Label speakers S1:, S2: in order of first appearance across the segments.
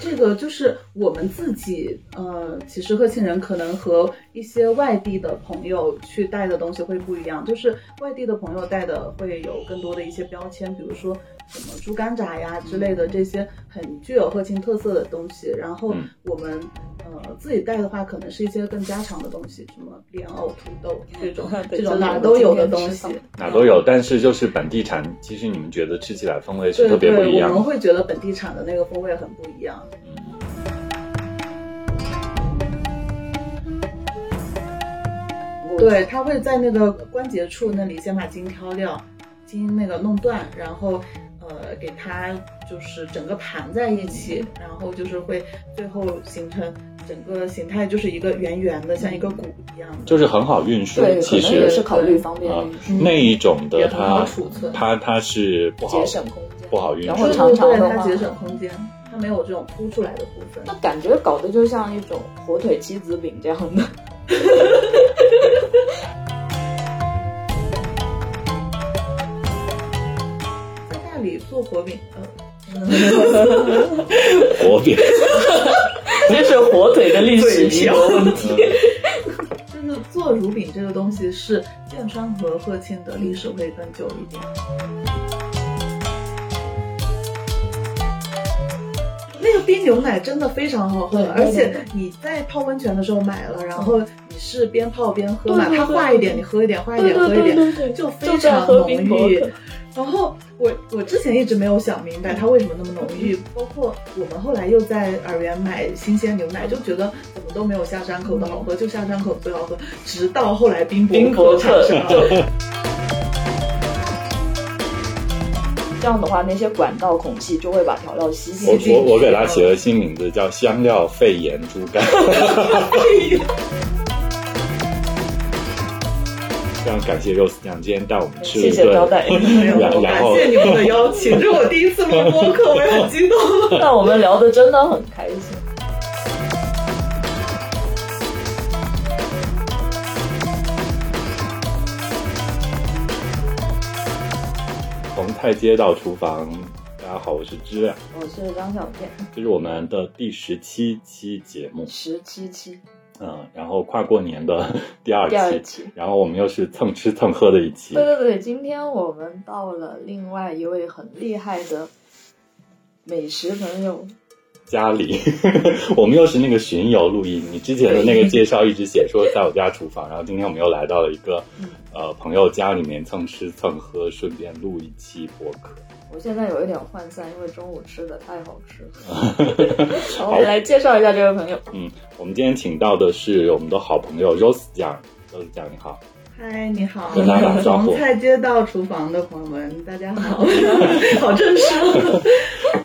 S1: 这个就是我们自己，呃，其实鹤庆人可能和一些外地的朋友去带的东西会不一样，就是外地的朋友带的会有更多的一些标签，比如说什么猪肝炸呀之类
S2: 嗯
S1: 的这些很具有鹤庆特色的东西。然后
S3: 嗯
S1: 我们呃自己带的话，可能是一些更家常的东西，什么莲藕、土豆这种
S2: 对
S1: 这种哪
S2: 这
S1: 儿
S2: 是
S1: 都有的
S2: 我今天
S1: 东
S2: 吃
S1: 西
S2: 到的，
S3: 哪都
S2: 嗯
S3: 有，但是就是本地产，其实你们觉得吃起来风味是
S1: 对
S3: 特别不
S1: 对，
S3: 一
S1: 我
S3: 样
S1: 们。会觉得本地产的那个风味很不一样。对，他会在那个关节处那里先把筋挑掉，筋那个弄断，然后呃给它就是整个盘在一起，然后就是会最后形成整个形态就是一个圆圆的，像一个鼓一样的。
S3: 就是很好运输
S2: 对，，可
S3: 其
S2: 能也
S3: 实
S2: 是考虑方便
S3: 啊
S2: 运输，
S3: 那一种
S2: 也
S3: 的
S2: 很好
S3: 它
S2: 储存
S3: 它它是不好
S2: 节省空间，
S3: 不好运输
S2: 然
S1: 对
S2: 后
S1: 对
S2: 长长
S1: 对，
S2: 的
S1: 它
S2: 话，
S1: 节省空间，它没有这种凸出来的部分
S2: 那。感觉搞得就像一种火腿七子饼这样的。
S1: 在大理做火饼，呃，
S3: 火饼，
S2: 这是火腿的历史遗 留问题。
S1: 就是做乳饼这个东西是剑川和鹤庆的历史会更久一点。那个冰牛奶真的非常好喝
S2: 对，
S1: 而且
S2: 对对
S1: 你在泡温泉的时候买了，然后你是边泡边喝嘛，
S2: 对对对
S1: 它化一点你喝一点，化一点喝一点，
S2: 对
S1: 就非
S2: 就在
S1: 常
S2: 喝
S1: 浓
S2: 冰博
S1: 郁
S2: 客。，
S1: 然后我我之前一直没有想明白它为什么那么浓郁，
S3: 嗯
S1: 包括我们后来又在洱源买新鲜牛奶，就觉得怎么都没有下山口的好
S3: 嗯
S1: 喝，就下山口最好喝。直到后来冰
S2: 冰
S1: 博
S2: 博
S1: 客产
S2: 客
S1: 生了，
S2: 这样的话，那些管道孔隙就会把调料吸
S3: 我
S2: 进去。
S3: 我我给它起了新名字叫香料肺炎猪 肝，非常感谢 Rose 酱今天带我们吃了
S2: 谢
S3: 一
S2: 谢招
S3: 顿
S2: 待，
S1: 没有
S3: 然
S1: 感
S3: 然后
S1: 谢你们的邀请，这是我第一次录播客，我也很激 动。
S2: 但我们聊的真的很开心。
S3: 从菜街到厨房。大家好，我是啊知亮，
S2: 我是张小健，
S3: 这是我们的第十七期节目，
S2: 十七期
S3: 嗯，然后跨过年的 第二
S2: 第二
S3: 期，
S2: 期。
S3: 然后我们又是蹭吃蹭喝的一期，
S2: 对对对，今天我们到了另外一位很厉害的美食朋友，
S3: 家里， 我们又是那个巡游录音。你之前的那个介绍一直写说在我家厨房，然后今天我们又来到了一个
S2: 嗯
S3: 呃朋友家里面蹭吃蹭喝，顺便录一期播客。
S2: 我现在有一点涣散，因为中午吃的太好吃了。好，我们来介绍一下这位朋友，
S3: 我们今天请到的是我们的好朋友 Rose 酱，Rose 酱你好，
S1: 嗨，你好，
S3: 跟大家打招呼
S1: 从菜街到厨房的朋友们，大家好， 好正式 哦。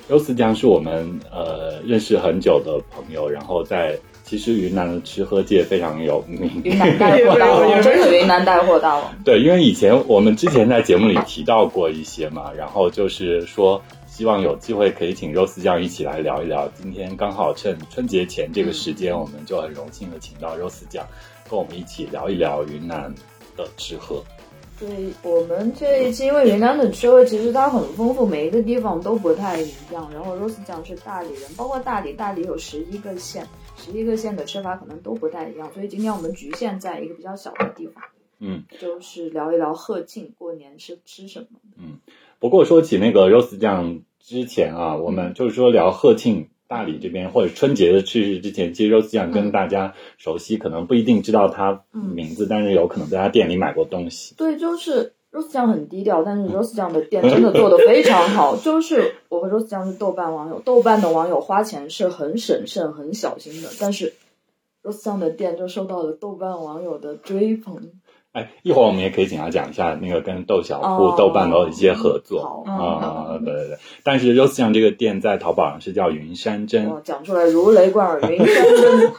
S3: Rose 酱是我们呃认识很久的朋友，然后在其实云南的吃喝界非常有名。
S2: 云南带货大王，真的云南带货大王。
S3: 对，因为以前我们之前在节目里提到过一些嘛，然后就是说希望有机会可以请 Rose 酱一起来聊一聊。今天刚好趁春节前这个时间，我们就很荣幸的请到 Rose 酱，跟我们一起聊一聊云南的吃喝。
S2: 对我们这一期，因为云南的吃喝其实它很丰富，每一个地方都不太一样。然后 Rose 酱是大理人，包括大理，大理有十一个县，十一个县的吃法可能都不太一样，所以今天我们局限在一个比较小的地方。
S3: 嗯，
S2: 就是聊一聊鹤庆过年是吃什么。
S3: 不过说起那个 Rose 酱之前
S2: 嗯
S3: 啊，我们就是说聊鹤庆。大理这边或者春节的去日之前，其实 Rose 酱跟大家熟悉，可能不一定知道他名字，但是有可能在他店里买过东西。
S2: 对，就是 Rose 酱很低调，但是 Rose 酱的店真的做的非常好。就是我和 Rose 酱是豆瓣网友，豆瓣的网友花钱是很审慎、很小心的，但是 Rose 酱的店就受到了豆瓣网友的追捧。嗯
S3: 哎，一会儿我们也可以请他讲一下那个跟豆小铺、
S2: 哦
S3: 豆瓣都有一些合作
S2: 好，
S1: 嗯
S3: 啊、对对对。但是 Rose 酱这个店在淘宝上是叫云山
S2: 我
S3: 珍，
S2: 讲出来如雷贯耳，云山真。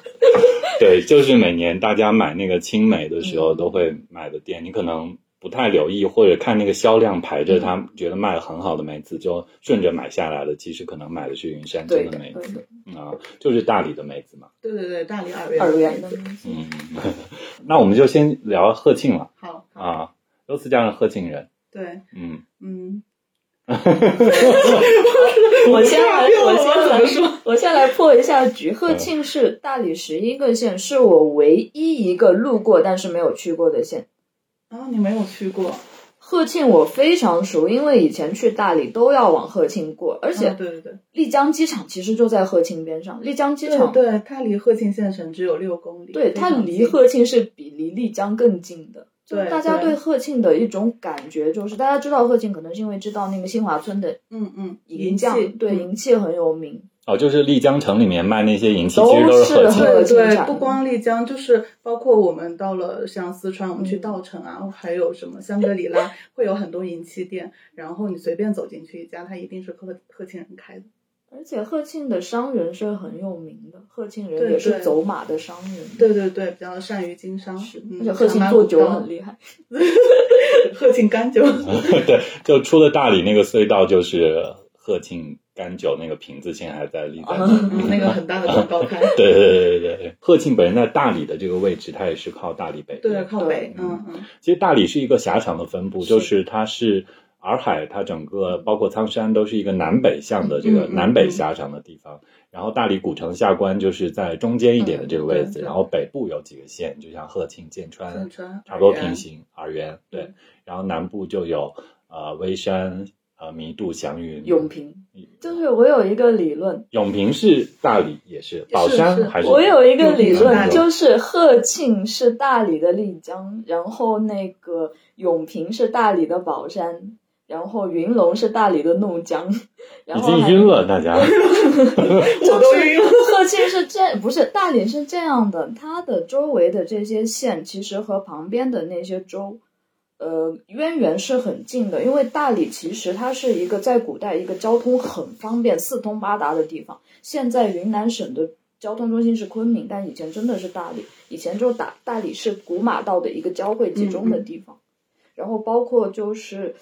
S3: 对，就是每年大家买那个青梅的时
S2: 嗯
S3: 候都会买的店，你可能不太留意或者看那个销量
S2: 嗯
S3: 排着，他觉得卖的很好的梅子就顺着买下来了，其实可能买的是云山
S2: 对
S3: 珍
S2: 的，
S3: 的梅
S2: 对
S3: 子
S2: 的，
S3: 嗯啊、就是大理的梅子嘛。
S1: 对对对，大理二
S2: 耳
S1: 元
S2: 缘的。
S3: 嗯， 那我们就先聊鹤庆了啊
S1: 好，
S3: 啊，Rose 酱是鹤庆人，
S1: 对，
S3: 嗯，
S1: 嗯，
S2: 我 先 来，我先啊
S1: 怎
S2: 来
S1: 么说？
S2: 我先来破一下局。鹤庆是大理十一个县，是我唯一一个路过但是没有去过的县。
S1: 啊，你没有去过，
S2: 鹤庆我非常熟，因为以前去大理都要往鹤庆过，而
S1: 而
S2: 且
S1: 对对嗯对
S2: 丽江机场其实就在鹤庆边上。丽江机
S1: 对
S2: 场，
S1: 对，它离鹤庆县城只有六公里，
S2: 对
S1: 非
S2: 它
S1: 常
S2: 离
S1: 近
S2: 鹤庆是比离丽江更近的。就
S1: 对
S2: 大家
S1: 对
S2: 对鹤庆的一种感觉，就是大家知道鹤庆，可能是因为知道那个新华村的
S1: 嗯嗯
S2: 银
S1: 气
S2: 匠，对
S1: 嗯
S2: 银器很有名。
S3: 哦，就是丽江城里面卖那些银器，
S2: 都
S3: 其实都
S2: 是
S3: 鹤
S2: 鹤
S3: 庆。
S2: 庆
S1: 对
S2: 进
S1: 对，
S2: 展
S1: 不光丽江，就是包括我们到了像四川，我们去
S2: 嗯
S1: 稻城啊，还有什么香格里拉，会有很多银器店，然后你随便走进去一家，它一定是鹤鹤庆人开的。
S2: 而且鹤庆的商人是很有名的，鹤庆
S1: 对
S2: 人也是
S1: 对
S2: 走马的商人。
S1: 对对对，比较善于经商，
S2: 是
S1: 嗯
S2: 而且鹤庆做酒很厉害。
S1: 鹤庆干 酒。 嗯
S3: 对，就出了大理那个隧道，就是鹤庆干酒那个瓶子，现在还在立在
S2: 啊
S3: 那里。
S1: 嗯那个很大的广告牌，
S3: 对对对对对，鹤庆本身在大理的这个位置，它也是靠大理北面。
S1: 对，靠北，
S3: 嗯
S1: 嗯嗯，
S3: 其实大理是一个狭长的分布，
S2: 是
S3: 就是它是洱海，它整个包括苍山都是一个南北向的这个
S1: 嗯嗯
S3: 南北狭长的地方。然后大理古城下关就是在中间一点的这个位
S1: 嗯
S3: 置，
S1: 对对
S3: 然后北部有几个县，就像鹤庆、剑川
S1: 四，川
S3: 嗯
S1: 哎
S3: 差不多
S1: 洱源
S3: 平行，洱源对
S1: 嗯。
S3: 然后南部就有呃微山、呃弥渡、祥云、
S2: 永平就是我有一个理
S1: 嗯
S2: 论，
S3: 永平是大理，也是宝
S1: 是
S3: 山还是？
S2: 我有一个理
S1: 永平
S2: 论，
S1: 是
S2: 就是鹤庆是大理的丽江，然后那个永平是大理的宝山，然后云龙是大理的怒江， 然
S3: 已
S2: 后
S3: 经
S2: 还
S3: 晕了，大家。
S1: 我都晕 了。
S2: 鹤庆是这不是大理是这样的，它的周围的这些县其实和旁边的那些州，呃，渊源是很近的。因为大理其实它是一个在古代一个交通很方便、四通八达的地方。现在云南省的交通中心是昆明，但以前真的是大理，以前就大大理是古马道的一个交汇集中的地
S1: 嗯
S2: 方。然后包括就是，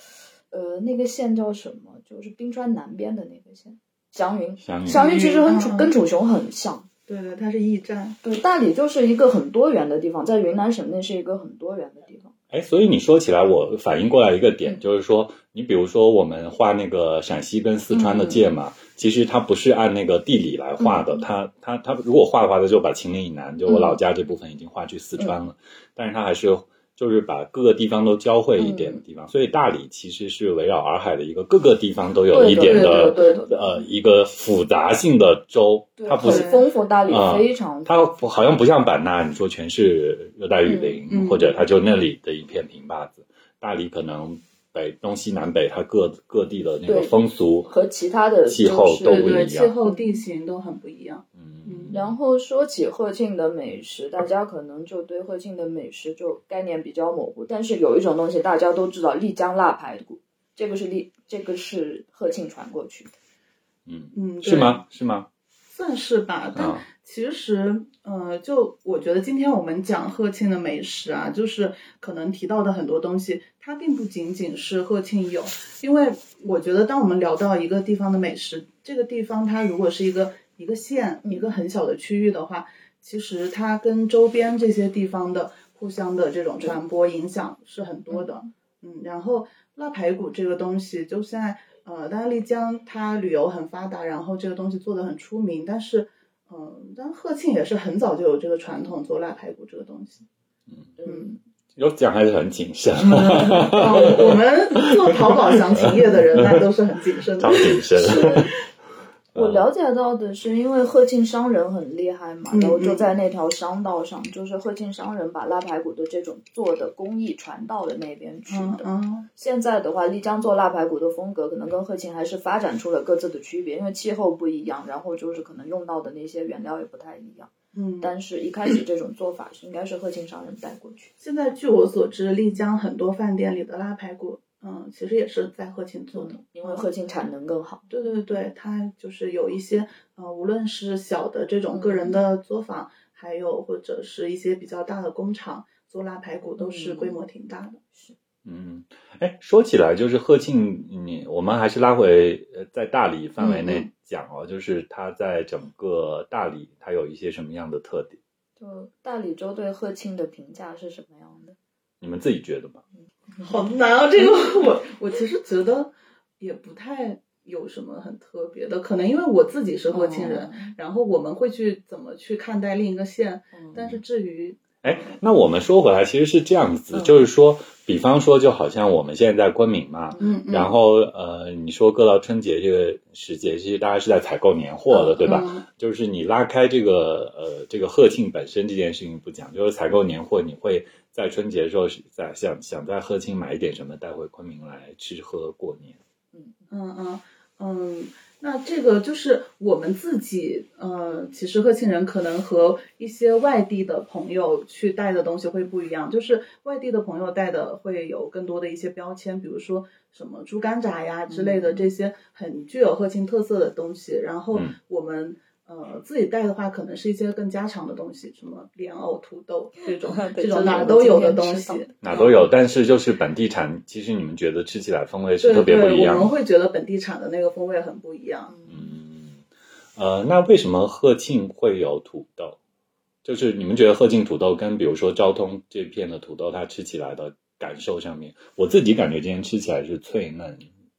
S2: 呃，那个县叫什么？就是冰川南边的那个县，祥云。
S3: 祥云
S2: 祥云其实跟楚
S1: 嗯
S2: 跟楚雄很像，
S1: 对对，它是驿站，
S2: 对，大理就是一个很多元的地方，在云南省内是一个很多元的地方。
S3: 哎，所以你说起来，我反应过来一个点，
S2: 嗯
S3: 就是说，你比如说我们画那个陕西跟四川的界嘛，其实它不是按那个地理来画的，
S2: 嗯
S3: 它它它如果画的话，它就把秦岭以南，就我
S2: 嗯
S3: 老家这部分已经划去四川了，但是它还是就是把各个地方都交汇一
S2: 嗯
S3: 点的地方，所以大理其实是围绕洱海的一个各个地方都有
S2: 对
S3: 一点的
S2: 对对对对
S3: 呃一个复杂性的州，
S2: 对，
S3: 它不
S2: 很
S3: 是
S1: 对
S2: 丰富，大理
S3: 啊
S2: 非常
S3: 它不好像不像版纳，你说全是热带雨林，
S1: 嗯嗯
S3: 或者它就那里的一片平坝子。大理可能北东西南北，它各各地的那个
S2: 对
S3: 风俗
S2: 和其他的
S3: 气
S2: 就是
S3: 候都
S1: 对
S3: 不一
S1: 对，
S3: 样。
S1: 气候地形都很不一样。
S3: 嗯，
S2: 然后说起鹤庆的美食，大家可能就对鹤庆的美食就概念比较模糊，但是有一种东西大家都知道，丽江腊排骨，这个是丽，这个是鹤庆传过去的。
S3: 嗯，
S1: 嗯，对
S3: 是？吗？是吗？
S1: 算是吧，但
S3: 啊，
S1: 其实，呃，就我觉得今天我们讲鹤庆的美食啊，就是可能提到的很多东西，它并不仅仅是鹤庆有，因为我觉得当我们聊到一个地方的美食，这个地方它如果是一个一个县、一个很小的区域的话，其实它跟周边这些地方的互相的这种传播影响是很多的。嗯，然后腊排骨这个东西，就现在呃，当然丽江它旅游很发达，然后这个东西做的很出名，但是。嗯，但鹤庆也是很早就有这个传统做腊排骨这个东西。
S2: 嗯，
S3: 有讲还是很谨慎，
S1: 嗯哦我们做淘宝详情页的人，那都是很谨慎的
S3: 超。谨慎。
S2: 我
S1: 嗯
S2: 了解到的是，因为鹤庆商人很厉害嘛，
S1: 嗯
S2: 然后就在那条商道上，就是鹤庆商人把腊排骨的这种做的工艺传到了那边去
S1: 嗯
S2: 的。
S1: 嗯，
S2: 现在的话，丽江做腊排骨的风格可能跟鹤庆还是发展出了各自的区别，因为气候不一样，然后就是可能用到的那些原料也不太一样。
S1: 嗯，
S2: 但是一开始这种做法是应该是鹤庆商人带过去。
S1: 现在据我所知，丽江很多饭店里的腊排骨，嗯，其实也是在鹤庆做的，
S2: 因为鹤庆产能更好，
S1: 对对对，它就是有一些呃，无论是小的这种个人的
S2: 嗯
S1: 作坊，还有或者是一些比较大的工厂做腊排骨，都是
S2: 嗯
S1: 规模挺大的。
S3: 嗯，哎，说起来就是鹤庆，你我们还是拉回呃在大理范围
S1: 嗯
S3: 内讲哦，就是它在整个大理它有一些什么样的特点，
S2: 就大理州对鹤庆的评价是什么样的？
S3: 你们自己觉得吗？
S1: 好难啊！这个我我其实觉得，也不太有什么很特别的，可能因为我自己是和亲人，然后我们会去怎么去看待另一个县，
S2: 嗯，
S1: 但是至于
S3: 哎，那我们说回来，其实是这样子，
S2: 嗯
S3: 就是说，比方说，就好像我们现在在昆明嘛，
S1: 嗯，嗯
S3: 然后呃，你说各到春节这个时节，其实大家是在采购年货的，对吧？
S1: 嗯
S3: 就是你拉开这个呃这个贺庆本身这件事情不讲，就是采购年货，你会在春节的时候是在想想在贺庆买一点什么带回昆明来吃喝过年。
S1: 嗯嗯嗯，那这个就是我们自己，呃，其实贺庆人可能和一些外地的朋友去带的东西会不一样，就是外地的朋友带的会有更多的一些标签，比如说什么猪肝炸呀之类的、
S2: 嗯
S1: 这些很具有贺庆特色的东西，然后
S3: 嗯
S1: 我们。呃，自己带的话，可能是一些更家常的东西，什么莲藕、土豆这 种
S2: 对，
S1: 这
S2: 这
S1: 种
S2: 个
S1: 哪儿
S2: 我
S1: 都
S2: 今
S1: 有的
S2: 天
S1: 东
S2: 吃到
S1: 西，
S3: 哪都有，但是就是本地产，其实你们觉得吃起来风味是
S1: 对
S3: 特别不
S1: 对，
S3: 一
S1: 我
S3: 样
S1: 们
S3: 的。
S1: 会觉得本地产的那个风味很不一样。
S3: 嗯，呃，那为什么鹤庆会有土豆？就是你们觉得鹤庆土豆跟比如说昭通这片的土豆，它吃起来的感受上面，我自己感觉今天吃起来是脆嫩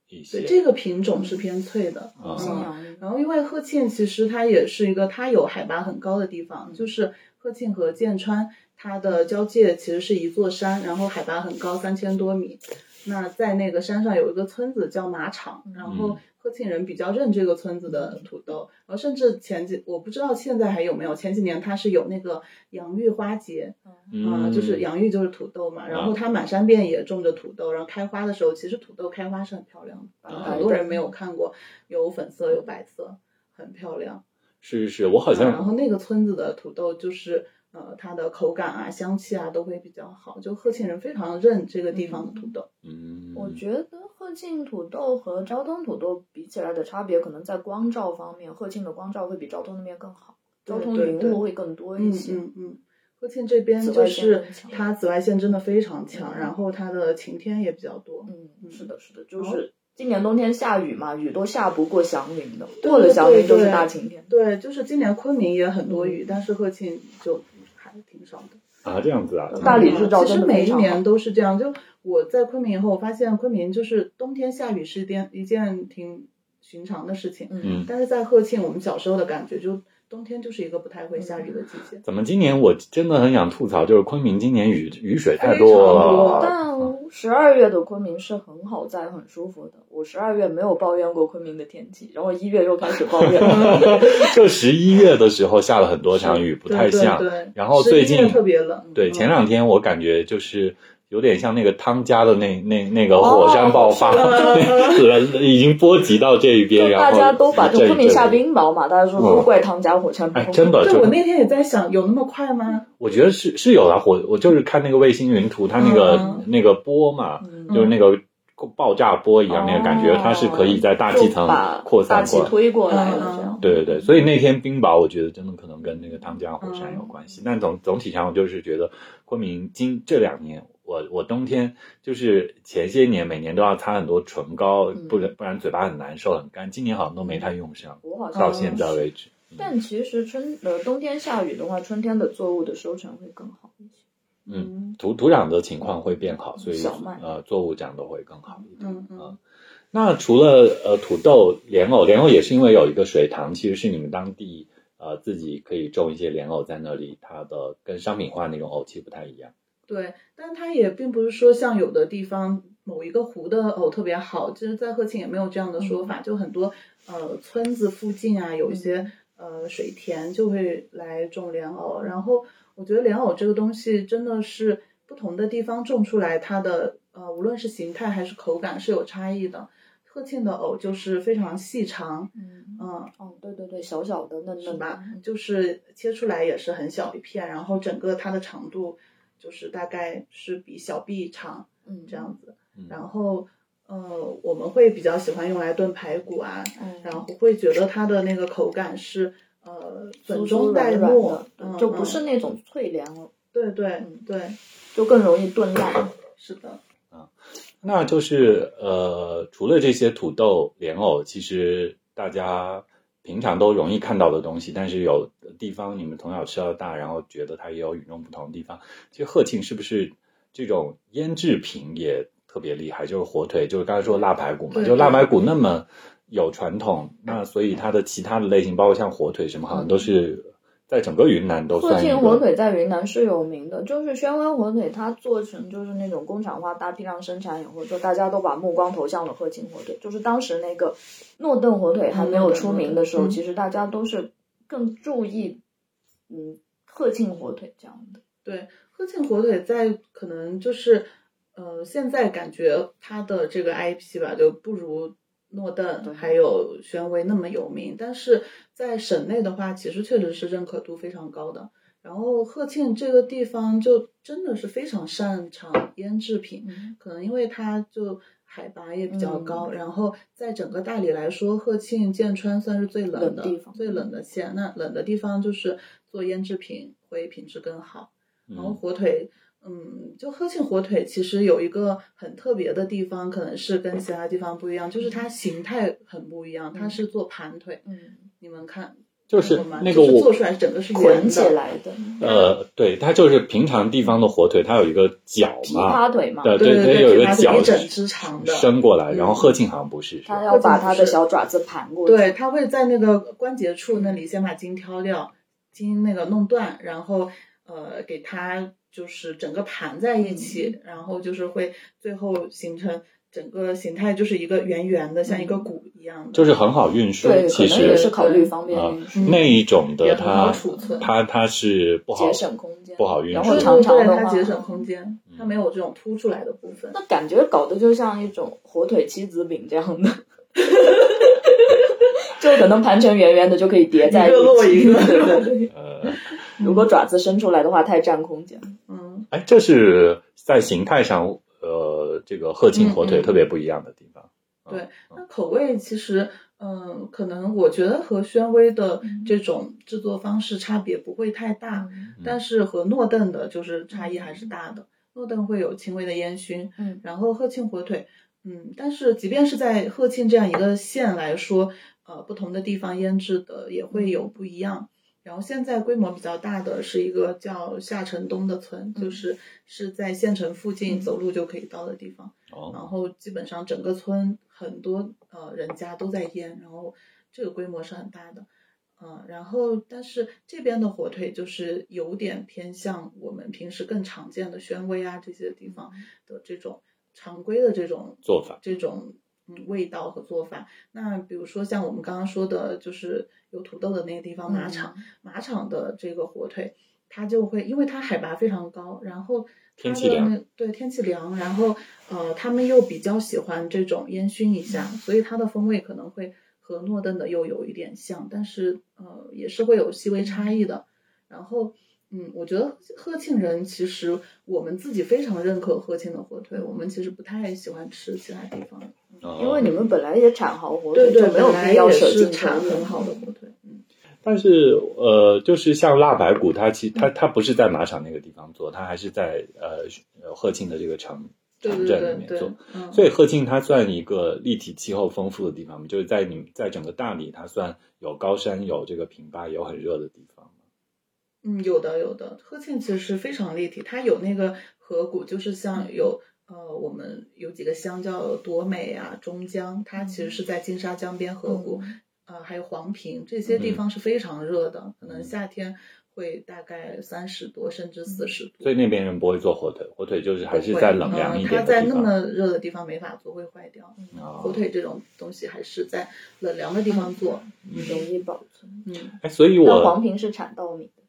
S3: 一
S1: 对，
S3: 些。
S1: 这个品种是偏脆的。
S3: 啊
S2: 新
S1: 嗯，
S2: 娘
S1: 然后因为鹤庆其实它也是一个，它有海拔很高的地方，就是鹤庆和剑川它的交界其实是一座山，然后海拔很高，三千多米。那在那个山上有一个村子叫马场，然后鹤庆人比较认这个村子的土豆，然后甚至前几我不知道现在还有没有，前几年它是有那个洋芋花节，啊、
S3: 嗯，
S1: 就是洋芋就是土豆嘛，然后它满山遍野种着土豆，然后开花的时候，其实土豆开花是很漂亮的，
S3: 啊
S2: 哦
S1: 很多人没有看过，有粉色有白色，很漂亮。
S3: 是是是，我
S2: 嗯
S3: 好
S1: 然
S3: 像
S1: 后那个村子的土豆就是呃，它的口感啊、香气啊都会比较好，就鹤庆人非常认这个地方的土豆。
S3: 嗯，
S2: 我觉得鹤庆土豆和昭通土豆比起来的差别，可能在光照方面，鹤庆的光照会比昭通那边更好，
S1: 对
S2: 昭通
S1: 对
S2: 云
S1: 对
S2: 雾会更多一
S1: 嗯
S2: 些。
S1: 嗯嗯，鹤庆这边
S2: 紫
S1: 就
S2: 外线
S1: 是
S2: 很强
S1: 它紫外线真的非常强，
S2: 嗯
S1: 然后它的晴天也比较多。
S2: 嗯是的，是的，
S1: 哦
S2: 就是今年冬天下雨嘛，雨都下不过祥云的，
S1: 对
S2: 过了祥云就是
S1: 对
S2: 大晴天。
S1: 对，就是今年昆明也很
S2: 嗯
S1: 多雨，但是鹤庆就还挺少的。
S3: 啊这样子啊，
S2: 大理
S3: 是
S2: 日照
S1: 嗯其
S2: 真
S1: 实
S2: 的
S1: 每
S2: 非
S1: 一
S2: 常好
S1: 年都是这样。就我在昆明以后，我发现昆明就是冬天下雨是一件一件挺寻常的事情，
S3: 嗯
S1: 但是在鹤庆，我们小时候的感觉就冬天就是一个不太会下雨的季节。
S3: 怎么今年我真的很想吐槽，就是昆明今年雨雨水太多
S1: 好非常
S3: 了。
S2: 但十二月的昆明是很好在，很舒服的。我十二月没有抱怨过昆明的天气，然后一月又开始抱怨 了。
S3: 就十一月的时候下了很多场雨，不
S1: 对
S3: 太像。
S1: 对对
S3: 然后最
S1: 11
S3: 近
S1: 月特别冷，
S3: 对，前两天我感觉就是有点像那个汤家的那那那个
S2: 哦
S3: 火山爆发，已经波及到这一边，
S2: 就
S3: 然后
S2: 大家都把
S3: 这
S2: 就
S3: 一
S2: 昆明
S3: 阵
S2: 下冰雹嘛，大家说
S3: 嗯
S2: 都怪汤家火山
S3: 哎
S2: 崩。
S3: 真的
S1: 对
S3: 就
S1: 我那天也在想，有那么快吗？
S3: 我觉得是是有的，我我就是看那个卫星云图，它那个、
S1: 嗯
S3: 那个波嘛，
S2: 嗯
S3: 就是那个爆炸波一样、那个感觉，
S2: 哦
S3: 它是可以在大气
S2: 就
S3: 层
S2: 把
S3: 扩
S2: 大
S3: 散
S2: 气
S3: 过来。
S2: 推过来了，
S1: 嗯
S2: 这样。
S3: 对对对，所以那天冰雹，我觉得真的可能跟那个汤加火山有
S2: 嗯
S3: 关系。但总总体上，我就是觉得昆明今这两年，我我冬天就是前些年每年都要擦很多唇膏，
S2: 嗯
S3: 不然不然嘴巴很难受很干。今年好像都没太用上，
S2: 我好像
S3: 到现在为止。
S2: 但其实春呃冬天下雨的话，春天的作物的收成会更好一些。
S3: 嗯，土土壤的情况会变好，所以
S2: 小麦
S3: 呃作物长得会更好一点。
S1: 嗯嗯
S3: 那除了呃土豆、莲藕，莲藕也是因为有一个水塘，其实是你们当地呃自己可以种一些莲藕在那里，它的跟商品化那种藕其实不太一样。
S1: 对，但它也并不是说像有的地方某一个湖的藕特别好，就是在鹤庆也没有这样的说法，就很多呃村子附近啊有一些呃水田就会来种莲藕，然后我觉得莲藕这个东西真的是不同的地方种出来，它的呃无论是形态还是口感是有差异的。鹤庆的藕就是非常细长，
S2: 嗯
S1: 嗯，
S2: 哦，对对对，小小的嗯嫩
S1: 是
S2: 嫩的
S1: 吧，？就是切出来也是很小一片，然后整个它的长度就是大概是比小臂长
S2: 嗯，
S1: 这样子。
S3: 嗯
S1: 然后呃，我们会比较喜欢用来炖排骨啊，
S2: 嗯，
S1: 然后会觉得它的那个口感是呃粉
S2: 酥
S1: 中
S2: 酥
S1: 带
S2: 软软
S1: 糯
S2: 的，，
S1: 嗯
S2: 就不是
S1: 嗯
S2: 那种脆凉哦，
S1: 对对
S2: 嗯
S1: 对，
S2: 就更容易炖烂。
S1: 是的，
S3: 那就是呃，除了这些土豆、莲藕，其实大家平常都容易看到的东西，但是有的地方你们从小吃到大，然后觉得它也有与众不同的地方。其实鹤庆是不是这种腌制品也特别厉害，就是火腿，就是刚才说腊排骨嘛，
S1: 对
S3: 就腊排骨那么有传统，那所以它的其他的类型，包括像火腿什么，好像都是
S1: 嗯
S3: 在整个云南都
S2: 鹤
S3: 算一
S2: 庆火
S3: 个。
S2: 腿在云南是有名的，就是宣威火腿，它做成就是那种工厂化、大批量生产以后，就大家都把目光投向了鹤庆火腿。就是当时那个诺顿火腿还没有出名的时候，
S1: 嗯
S2: 其实大家都是更注意嗯鹤庆火腿这样的。
S1: 鹤庆火腿在可能就是，呃，现在感觉它的这个 IP 吧，就不如诺
S2: 对
S1: 顿还有宣威那么有名，但是在省内的话，其实确实是认可度非常高的。然后鹤庆这个地方就真的是非常擅长腌制品，可能因为它就海拔也比较高，然后在整个大理来说，鹤庆、剑川算是最冷的
S2: 冷地方
S1: 最冷的县。那冷的地方就是做腌制品会品质更好。然后
S3: 嗯，
S1: 火腿，嗯，就鹤庆火腿其实有一个很特别的地方，可能是跟其他地方不一样，就是它形态很不一样，它是做盘腿，
S2: 嗯，
S1: 你们看
S3: 就是
S1: 过吗
S3: 那个
S1: 就是
S3: 我
S1: 做出来整个是
S2: 捆
S1: 圆
S2: 起
S1: 的，
S2: 来的
S3: 呃，对，它就是平常地方的火腿，它有一个角
S2: 琵
S3: 嘛，
S2: 琶腿嘛，
S3: 对
S1: 对
S3: 它
S1: 对，
S3: 有
S1: 给
S3: 一个
S1: 它
S3: 角
S1: 一整只长的，
S3: 伸过来，然后
S1: 嗯
S3: 鹤庆好像不是，是吧
S2: 它要把它的小爪子盘过去。
S1: 对，它会在那个关节处那里先把筋挑掉，筋那个弄断，然后呃给它就是整个盘在一起，然后就是会最后形成整个形态就是一个圆圆的，像一个鼓一样的，
S3: 就是很好运输
S2: 对，，可
S3: 其
S2: 能也
S3: 实
S2: 是考虑方便
S3: 啊
S2: 运输，
S1: 嗯
S3: 那一种
S1: 也
S3: 的
S1: 很好
S3: 它
S1: 储存。
S3: 它它是不好
S2: 节省空间，
S3: 不好运嗯输
S1: 对
S2: 然后
S1: 对
S2: 长长
S1: 对
S2: 的
S1: 它
S2: 话，
S1: 节省空间，它没有这种凸出来的部分。
S2: 那感觉搞得就像一种火腿七子饼这样的， 就可能盘成圆圆的就可以叠在
S1: 一个落
S2: 起
S1: 一个
S2: 对 对对。
S3: 呃，
S2: 如果爪子伸出来的话，太占空间。
S1: 嗯，
S3: 哎，这是在形态上，呃，这个鹤庆火腿
S2: 嗯嗯
S3: 特别不一样的地方。
S1: 对，那口味其实，嗯、可能我觉得和宣威的这种制作方式差别不会太大。
S2: 嗯
S1: 但是和诺顿的就是差异还是大的。诺顿会有轻微的烟熏，
S2: 嗯
S1: 然后鹤庆火腿，嗯，但是即便是在鹤庆这样一个县来说，呃，不同的地方腌制的也
S2: 嗯
S1: 会有不一样。然后现在规模比较大的是一个叫下城东的村，
S2: 嗯
S1: 就是是在县城附近走路就可以到的地方。
S3: 哦，
S1: 然后基本上整个村很多呃人家都在腌，然后这个规模是很大的，嗯、然后但是这边的火腿就是有点偏向我们平时更常见的宣威啊这些地方的这种常规的这种
S3: 嗯做法，
S1: 这种嗯味道和做法。那比如说像我们刚刚说的，就是有土豆的那个地
S2: 嗯
S3: 嗯
S1: 方马场，马场的这个火腿，它就会因为它海拔非常高，然后它
S3: 天
S1: 的
S3: 气凉
S1: 那对天气凉，然后呃他们又比较喜欢这种烟熏一下，所以它的风味可能会和诺顿的又有一点像，但是呃也是会有细微差异的。然后嗯，我觉得鹤庆人其实我们自己非常认可鹤庆的火腿，我们其实不太喜欢吃其他地方的。
S3: 哦
S2: 因为你们本来也产好火
S1: 对
S2: 腿，
S1: 对，
S2: 就没有
S1: 本来
S2: 必要
S1: 也
S2: 舍
S1: 是
S2: 近
S1: 产
S2: 求
S1: 很
S2: 远。
S1: 好的火腿，嗯。
S3: 但是呃，就是像腊排骨，它其它它不是在马场那个地方做，它还是在呃呃鹤庆的这个城
S1: 对
S3: 城
S1: 对
S3: 镇里
S1: 对
S3: 面
S1: 对
S3: 做。，
S1: 嗯
S3: 所以鹤庆它算一个立体气候丰富的地方嘛，就是在你在整个大理，它算有高山，有这个平坝，有很热的地方嘛。
S1: 嗯，有的有的，鹤庆其实非常立体，它有那个河谷，就是像
S3: 嗯
S1: 有呃，我们有几个乡叫多美啊、中江，它
S3: 嗯
S1: 其实是在金沙江边河谷，呃，还有黄平这些地
S3: 嗯
S1: 方是非常热的，可能
S3: 嗯
S1: 夏天会大概三十多甚至四十度。
S3: 所以那边人不会做火腿，火腿就是还是
S1: 会
S3: 在冷凉
S1: 嗯
S3: 一点
S1: 它
S3: 的
S1: 在
S3: 地
S1: 那
S3: 方。
S1: 么热的地方没法做，会坏掉。
S3: 哦嗯
S1: 火腿这种东西还是在冷凉的地方做。
S2: 容易保存。
S1: 嗯，
S3: 哎，所以
S2: 那
S3: 我
S2: 黄平是产稻米的，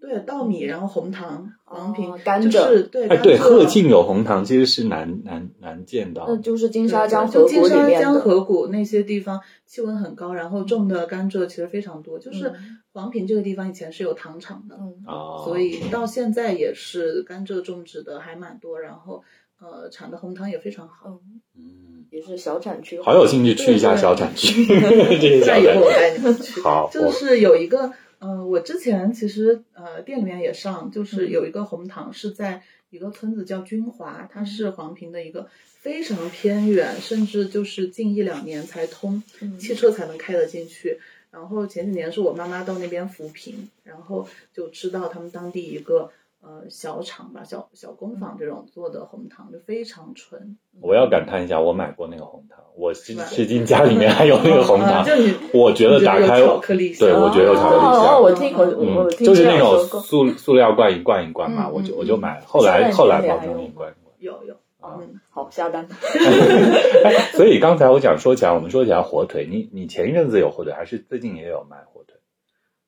S1: 对，稻米，然后红糖、黄平
S2: 哦，甘
S1: 就
S2: 蔗
S1: 是对，
S3: 哎，
S1: 甘
S3: 对，
S1: 蔗
S3: 鹤庆有红糖，其实是难难难见到。
S1: 嗯
S2: 那就是金沙江河
S1: 就
S2: 谷
S1: 金
S2: 里
S1: 沙
S2: 面
S1: 江
S2: 的。
S1: 河谷那些地方气温很高，然后种的甘蔗其实非常多。就是
S2: 嗯
S1: 黄平这个地方以前是有糖厂的，
S2: 嗯，
S3: 哦，
S1: 所以到现在也是甘蔗种植的还蛮多，然后呃产的红糖也非常好。
S2: 哦
S3: 嗯，
S2: 也是小产区。
S3: 好有兴趣去一下小产区， 这些小
S1: 那以后我
S3: 产
S1: 带你们去
S3: 区。。好，
S1: 就
S3: 我
S1: 是有一个，呃，我之前其实呃店里面也上，就是有一个红糖是在一个村子叫军华，它是黄平的一个非常偏远，甚至就是近一两年才通，
S2: 嗯
S1: 汽车才能开得进去。然后前几年是我妈妈到那边扶贫，然后就吃到他们当地一个。呃小厂吧，小小工坊这种做的红糖，就非常纯。
S3: 我要感叹一下，我买过那个红糖，我
S1: 是
S3: 至
S1: 吧
S3: 至今家里面还有那个红
S1: 啊
S3: 糖，
S1: 就你
S3: 我觉得
S1: 你
S3: 打
S1: 有
S3: 开，
S1: 巧克力香，
S3: 对我觉得有巧克力香
S2: 哦，我听我我
S3: 嗯
S2: 我，听
S3: 就是
S2: 这
S3: 那
S2: 样
S3: 种
S2: 说过，
S3: 塑塑料罐一罐一罐嘛，
S2: 嗯
S3: 我就
S2: 嗯
S3: 我
S2: 嗯
S3: 就买了，后
S2: 现
S3: 来
S2: 在
S3: 后来
S2: 店里
S3: 包
S2: 还
S3: 装
S2: 有
S3: 一罐一 罐。
S1: 有有，
S3: 啊
S1: 嗯，
S2: 好下单。
S3: 所以刚才我想说起来，我们说起来火腿，你你前一阵子有火腿，还是最近也有卖火腿？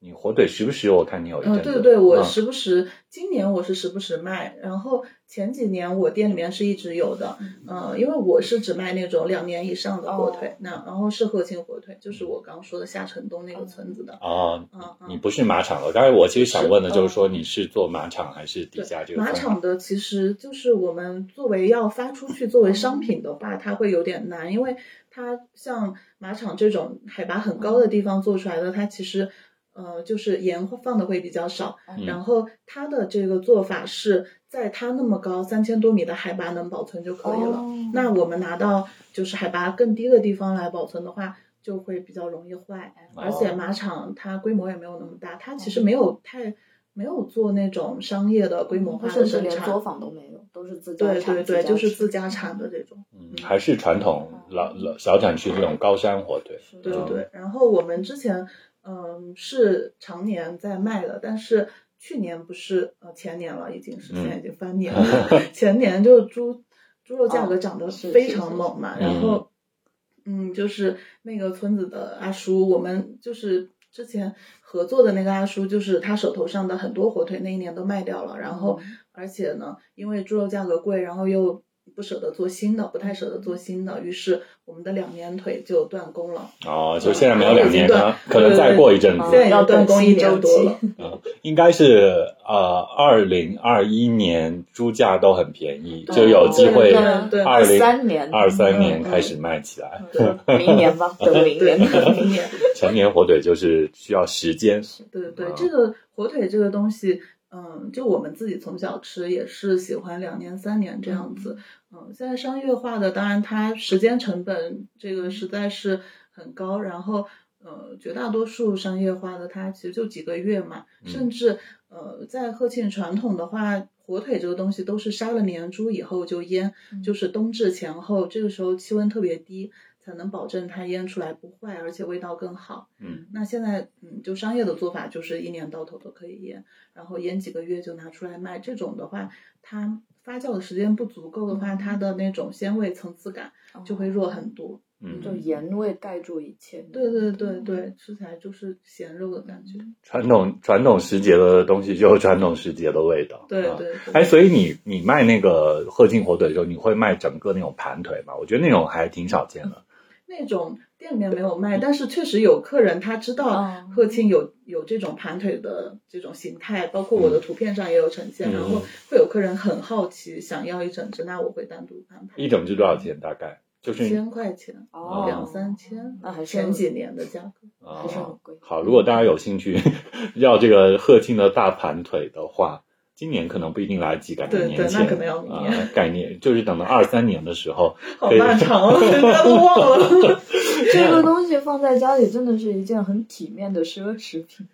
S3: 你火腿时不时我看你有一
S1: 嗯，
S3: 阵子，
S1: 对对对，我
S3: 嗯
S1: 时不时，今年我是时不时卖，然后前几年我店里面是一直有的，呃，因为我是只卖那种两年以上的火腿，
S2: 哦
S1: 那然后是鹤庆火腿，就是
S3: 嗯
S1: 我刚说的夏城东那个村子的，
S3: 啊，
S1: 嗯
S3: 你
S1: 嗯，
S3: 不是马场了。刚才我其实想问的就是
S2: 是
S3: 说，你是做马场还是底
S1: 对
S3: 下这，个
S1: 马
S3: 分行
S1: 场的其实就是我们作为要发出去作为商品的话，它会有点难，因为它像马场这种海拔很高的地方做出来的，它其实呃就是盐放的会比较少。
S2: 嗯
S1: 然后它的这个做法是在它那么高三千多米的海拔能保存就可以了。
S2: 哦
S1: 那我们拿到就是海拔更低的地方来保存的话，就会比较容易坏。
S3: 哦
S1: 而且马场它规模也没有那么大，它其实没有太没有做那种商业的规模化
S2: 他
S1: 的
S2: 甚至
S1: 生
S2: 连作
S1: 产。
S2: 坊都没有，都是自家
S1: 对
S2: 产
S1: 对对，就是自家
S2: 吃
S1: 产的这种。
S3: 嗯，还是传统老老小产区这种高山火腿。
S2: 是
S1: 对
S3: 嗯
S1: 对。然后我们之前嗯是常年在卖的，但是去年不是呃前年了，已经是
S3: 嗯
S1: 现在已经翻年 了，前年就猪猪肉价格
S2: 哦
S1: 涨得
S2: 是
S1: 非
S2: 是
S1: 常
S2: 是
S1: 猛嘛，
S3: 是
S1: 然后嗯就是那个村子的阿叔，我们就是。之前合作的那个阿叔，就是他手头上的很多火腿，那一年都卖掉了。然后，
S2: 嗯
S1: 而且呢，因为猪肉价格贵，然后又不舍得做新的，不太舍得做新的，于是我们的两年腿就断供了。
S3: 哦，就现在没有两年，
S1: 对
S3: 可能可能再过一阵
S1: 现在
S3: 子，
S1: 已
S2: 要
S1: 经断供一年
S2: 短期
S1: 多了。
S3: 应该是呃，二零二一年猪价都很便宜，
S2: 哦
S3: 就有机
S1: 对
S3: 会
S1: 对对
S3: 二零
S2: 23年
S3: 二三年
S1: 嗯嗯
S3: 开始卖起来。
S2: 对 明年吧， 等明
S1: 对，
S2: 年。
S1: 明年，
S3: 成年火腿就是需要时间，
S1: 对对
S3: 嗯，
S1: 这个火腿这个东西，嗯，就我们自己从小吃也是喜欢两年三年这样子，嗯，现在商业化的，当然它时间成本这个实在是很高，然后。呃，绝大多数商业化的它其实就几个月嘛，
S3: 嗯
S1: 甚至呃，在鹤庆传统的话，火腿这个东西都是杀了年猪以后就腌，
S2: 嗯
S1: 就是冬至前后，这个时候气温特别低，才能保证它腌出来不坏，而且味道更好。那现在，嗯，就商业的做法就是一年到头都可以腌，然后腌几个月就拿出来卖。这种的话，它发酵的时间不足够的话，它的那种鲜味层次感就会弱很多。
S3: 嗯，
S2: 就盐味盖住一切。
S1: 对对对对，吃起来就是咸肉的感觉。
S3: 传统传统时节的东西就有传统时节的味道。
S1: 对
S3: 啊
S1: 对对。
S3: 哎，所以你你卖那个鹤庆火腿的时候，你会卖整个那种盘腿吗？我觉得那种还挺少见的。
S1: 那种店里面没有卖，但是确实有客人他知道
S2: 哦
S1: 鹤庆有有这种盘腿的这种形态，包括我的图片上也有呈现，
S3: 嗯
S1: 然后会有客人很好奇，想要一整只，那我会单独安排。
S3: 一整只多少钱？大概就是
S1: 一千块钱，
S2: 哦，
S1: 两三千，哦
S2: 那还是
S1: 前几年的价 格。
S3: 啊
S2: 还是很贵
S3: 好，如果大家有兴趣要这个鹤庆的大盘腿的话，今年可能不一定来得及，改
S1: 对
S3: 成年
S1: 对
S3: 前
S1: 那可能要明
S3: 啊
S1: 年，
S3: 改年就是等到二三年的 时候，
S1: 好漫长 哦，人家都忘了。
S2: 这个东西放在家里真的是一件很体面的奢侈 品，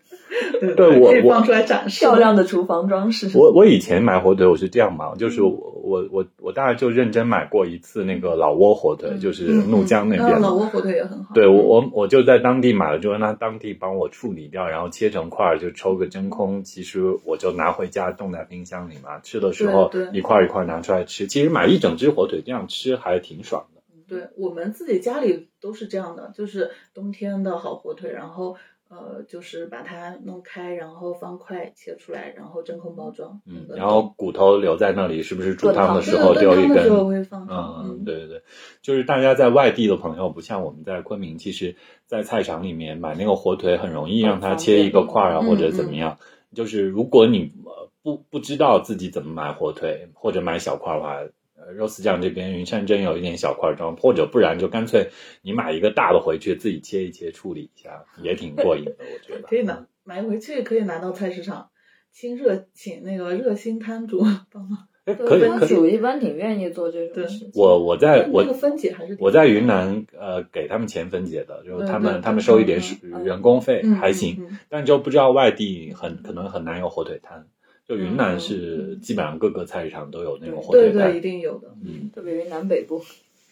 S1: 对
S3: 对我
S1: 可以
S3: 我
S1: 放出来展示，
S2: 漂亮的厨房装饰。
S3: 我我以前买火腿我是这样买，就是
S1: 嗯
S3: 我我我我大概就认真买过一次那个老挝火腿，
S2: 嗯
S3: 就是
S1: 嗯。
S3: 怒江那
S1: 然后
S3: 边的。
S1: 老挝火腿也很好。
S3: 对我
S1: 嗯
S3: 我我就在当地买了，就让他当地帮我处理掉，然后切成块儿，就抽个真空。其实我就拿回家冻在冰箱里嘛，吃的时候
S1: 对对
S3: 一块儿一块儿拿出来吃。其实买一整只火腿这样吃还挺爽的。
S1: 对我们自己家里都是这样的，就是冬天的好火腿，然后呃，就是把它弄开，然后方块切出来，然后真空包装。
S3: 嗯
S1: 那，个
S3: 然后骨头留在那里，是不是煮汤的时候
S1: 对对
S3: 丢
S1: 炖汤
S3: 一
S1: 的
S3: 根
S1: 时？候会放上。
S3: 嗯，对对对，就是大家在外地的朋友，不像我们在昆明，其实，在菜场里面买那个火腿很容易让它切一个块儿啊，
S1: 嗯
S3: 或者怎么样。就是如果你呃不不知道自己怎么买火腿或者买小块儿的话，呃，Rose 酱这边云山真有一点小块装，或者不然就干脆你买一个大的回去自己切一切处理一下，也挺过瘾的，我觉得。
S1: 可以拿买回去，可以拿到菜市场，亲热请那个热心摊主帮忙。
S3: 哎
S2: 对
S3: 可以
S2: 摊
S3: 可以，
S2: 主一般挺愿意做这种
S1: 对
S2: 事情。
S3: 我我在我
S1: 那个分解还是挺
S3: 我在云南呃给他们钱分解的，就是他
S1: 对
S3: 们
S1: 对
S3: 他们收一点
S1: 嗯
S3: 水
S2: 嗯
S3: 人工费
S1: 嗯
S3: 还行，
S1: 嗯嗯
S3: 但就不知道外地很可能很难有火腿摊。就云南是基本上各个菜市场都有那种火
S1: 嗯对
S3: 腿
S1: 对，一
S3: 蛋，
S1: 定有的。
S3: 嗯，
S2: 特别云南北部，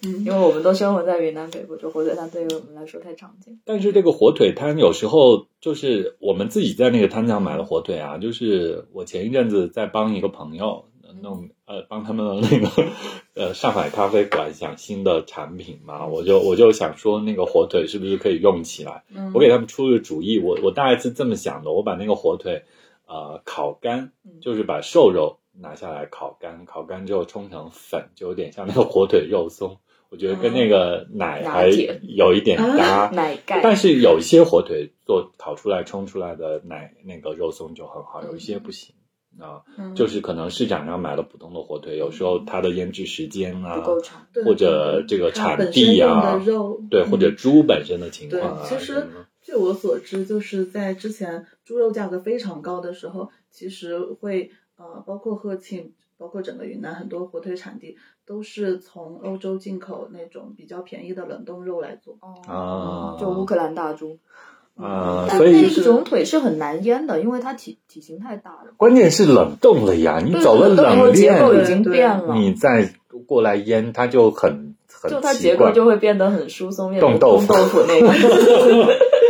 S1: 嗯
S2: 因，为我们都生活在云南北部，就火腿蛋对于我们来说太常见。
S3: 但是这个火腿摊有时候就是我们自己在那个摊上买的火腿啊，就是我前一阵子在帮一个朋友呃弄呃帮他们的那个呃上海咖啡馆想新的产品嘛，我就我就想说那个火腿是不是可以用起来？
S1: 嗯
S3: 我给他们出了主意，我我大概是这么想的，我把那个火腿，呃，烤干
S2: 嗯，
S3: 就是把瘦肉拿下来烤干，烤干之后冲成粉，就有点像那个火腿肉松，我觉得跟那个奶
S2: 拿
S3: 还
S2: 铁
S3: 有一点搭。
S2: 奶
S3: 但
S2: 盖，
S3: 是有一些火腿做烤出来冲出来的奶那个肉松就很好，有一些不行啊，
S1: 嗯
S3: 就是可能市场上买的普通的火腿，有时候它的腌制时间啊
S2: 不，够长。
S1: 嗯对
S3: 或者这个
S1: 它
S3: 产
S1: 本身
S3: 地
S1: 用
S3: 啊
S1: 的，肉，
S3: 对，或者
S1: 嗯
S3: 猪本身的情况啊，
S1: 对，其实
S3: 什么的
S1: 据我所知，就是在之前猪肉价格非常高的时候，其实会呃，包括鹤庆，包括整个云南很多火腿产地，都是从欧洲进口那种比较便宜的冷冻肉来做。哦
S3: 啊
S2: 就乌克兰大猪，
S3: 啊，
S2: 但
S3: 所
S2: 嗯那
S3: 以
S1: 是
S2: 种腿是很难腌的，因为它体体型太大了，
S3: 关键是冷冻了呀，你
S2: 对
S3: 走了
S2: 冷冻以后
S3: 冷
S2: 结构已
S3: 链，
S2: 经
S1: 对
S2: 变了，
S3: 你再过来腌，它就很很
S2: 就它
S3: 奇
S2: 结构
S3: 怪。
S2: 就会变得很疏松，变成
S3: 冻豆
S2: 冻豆
S3: 腐
S2: 腐那个。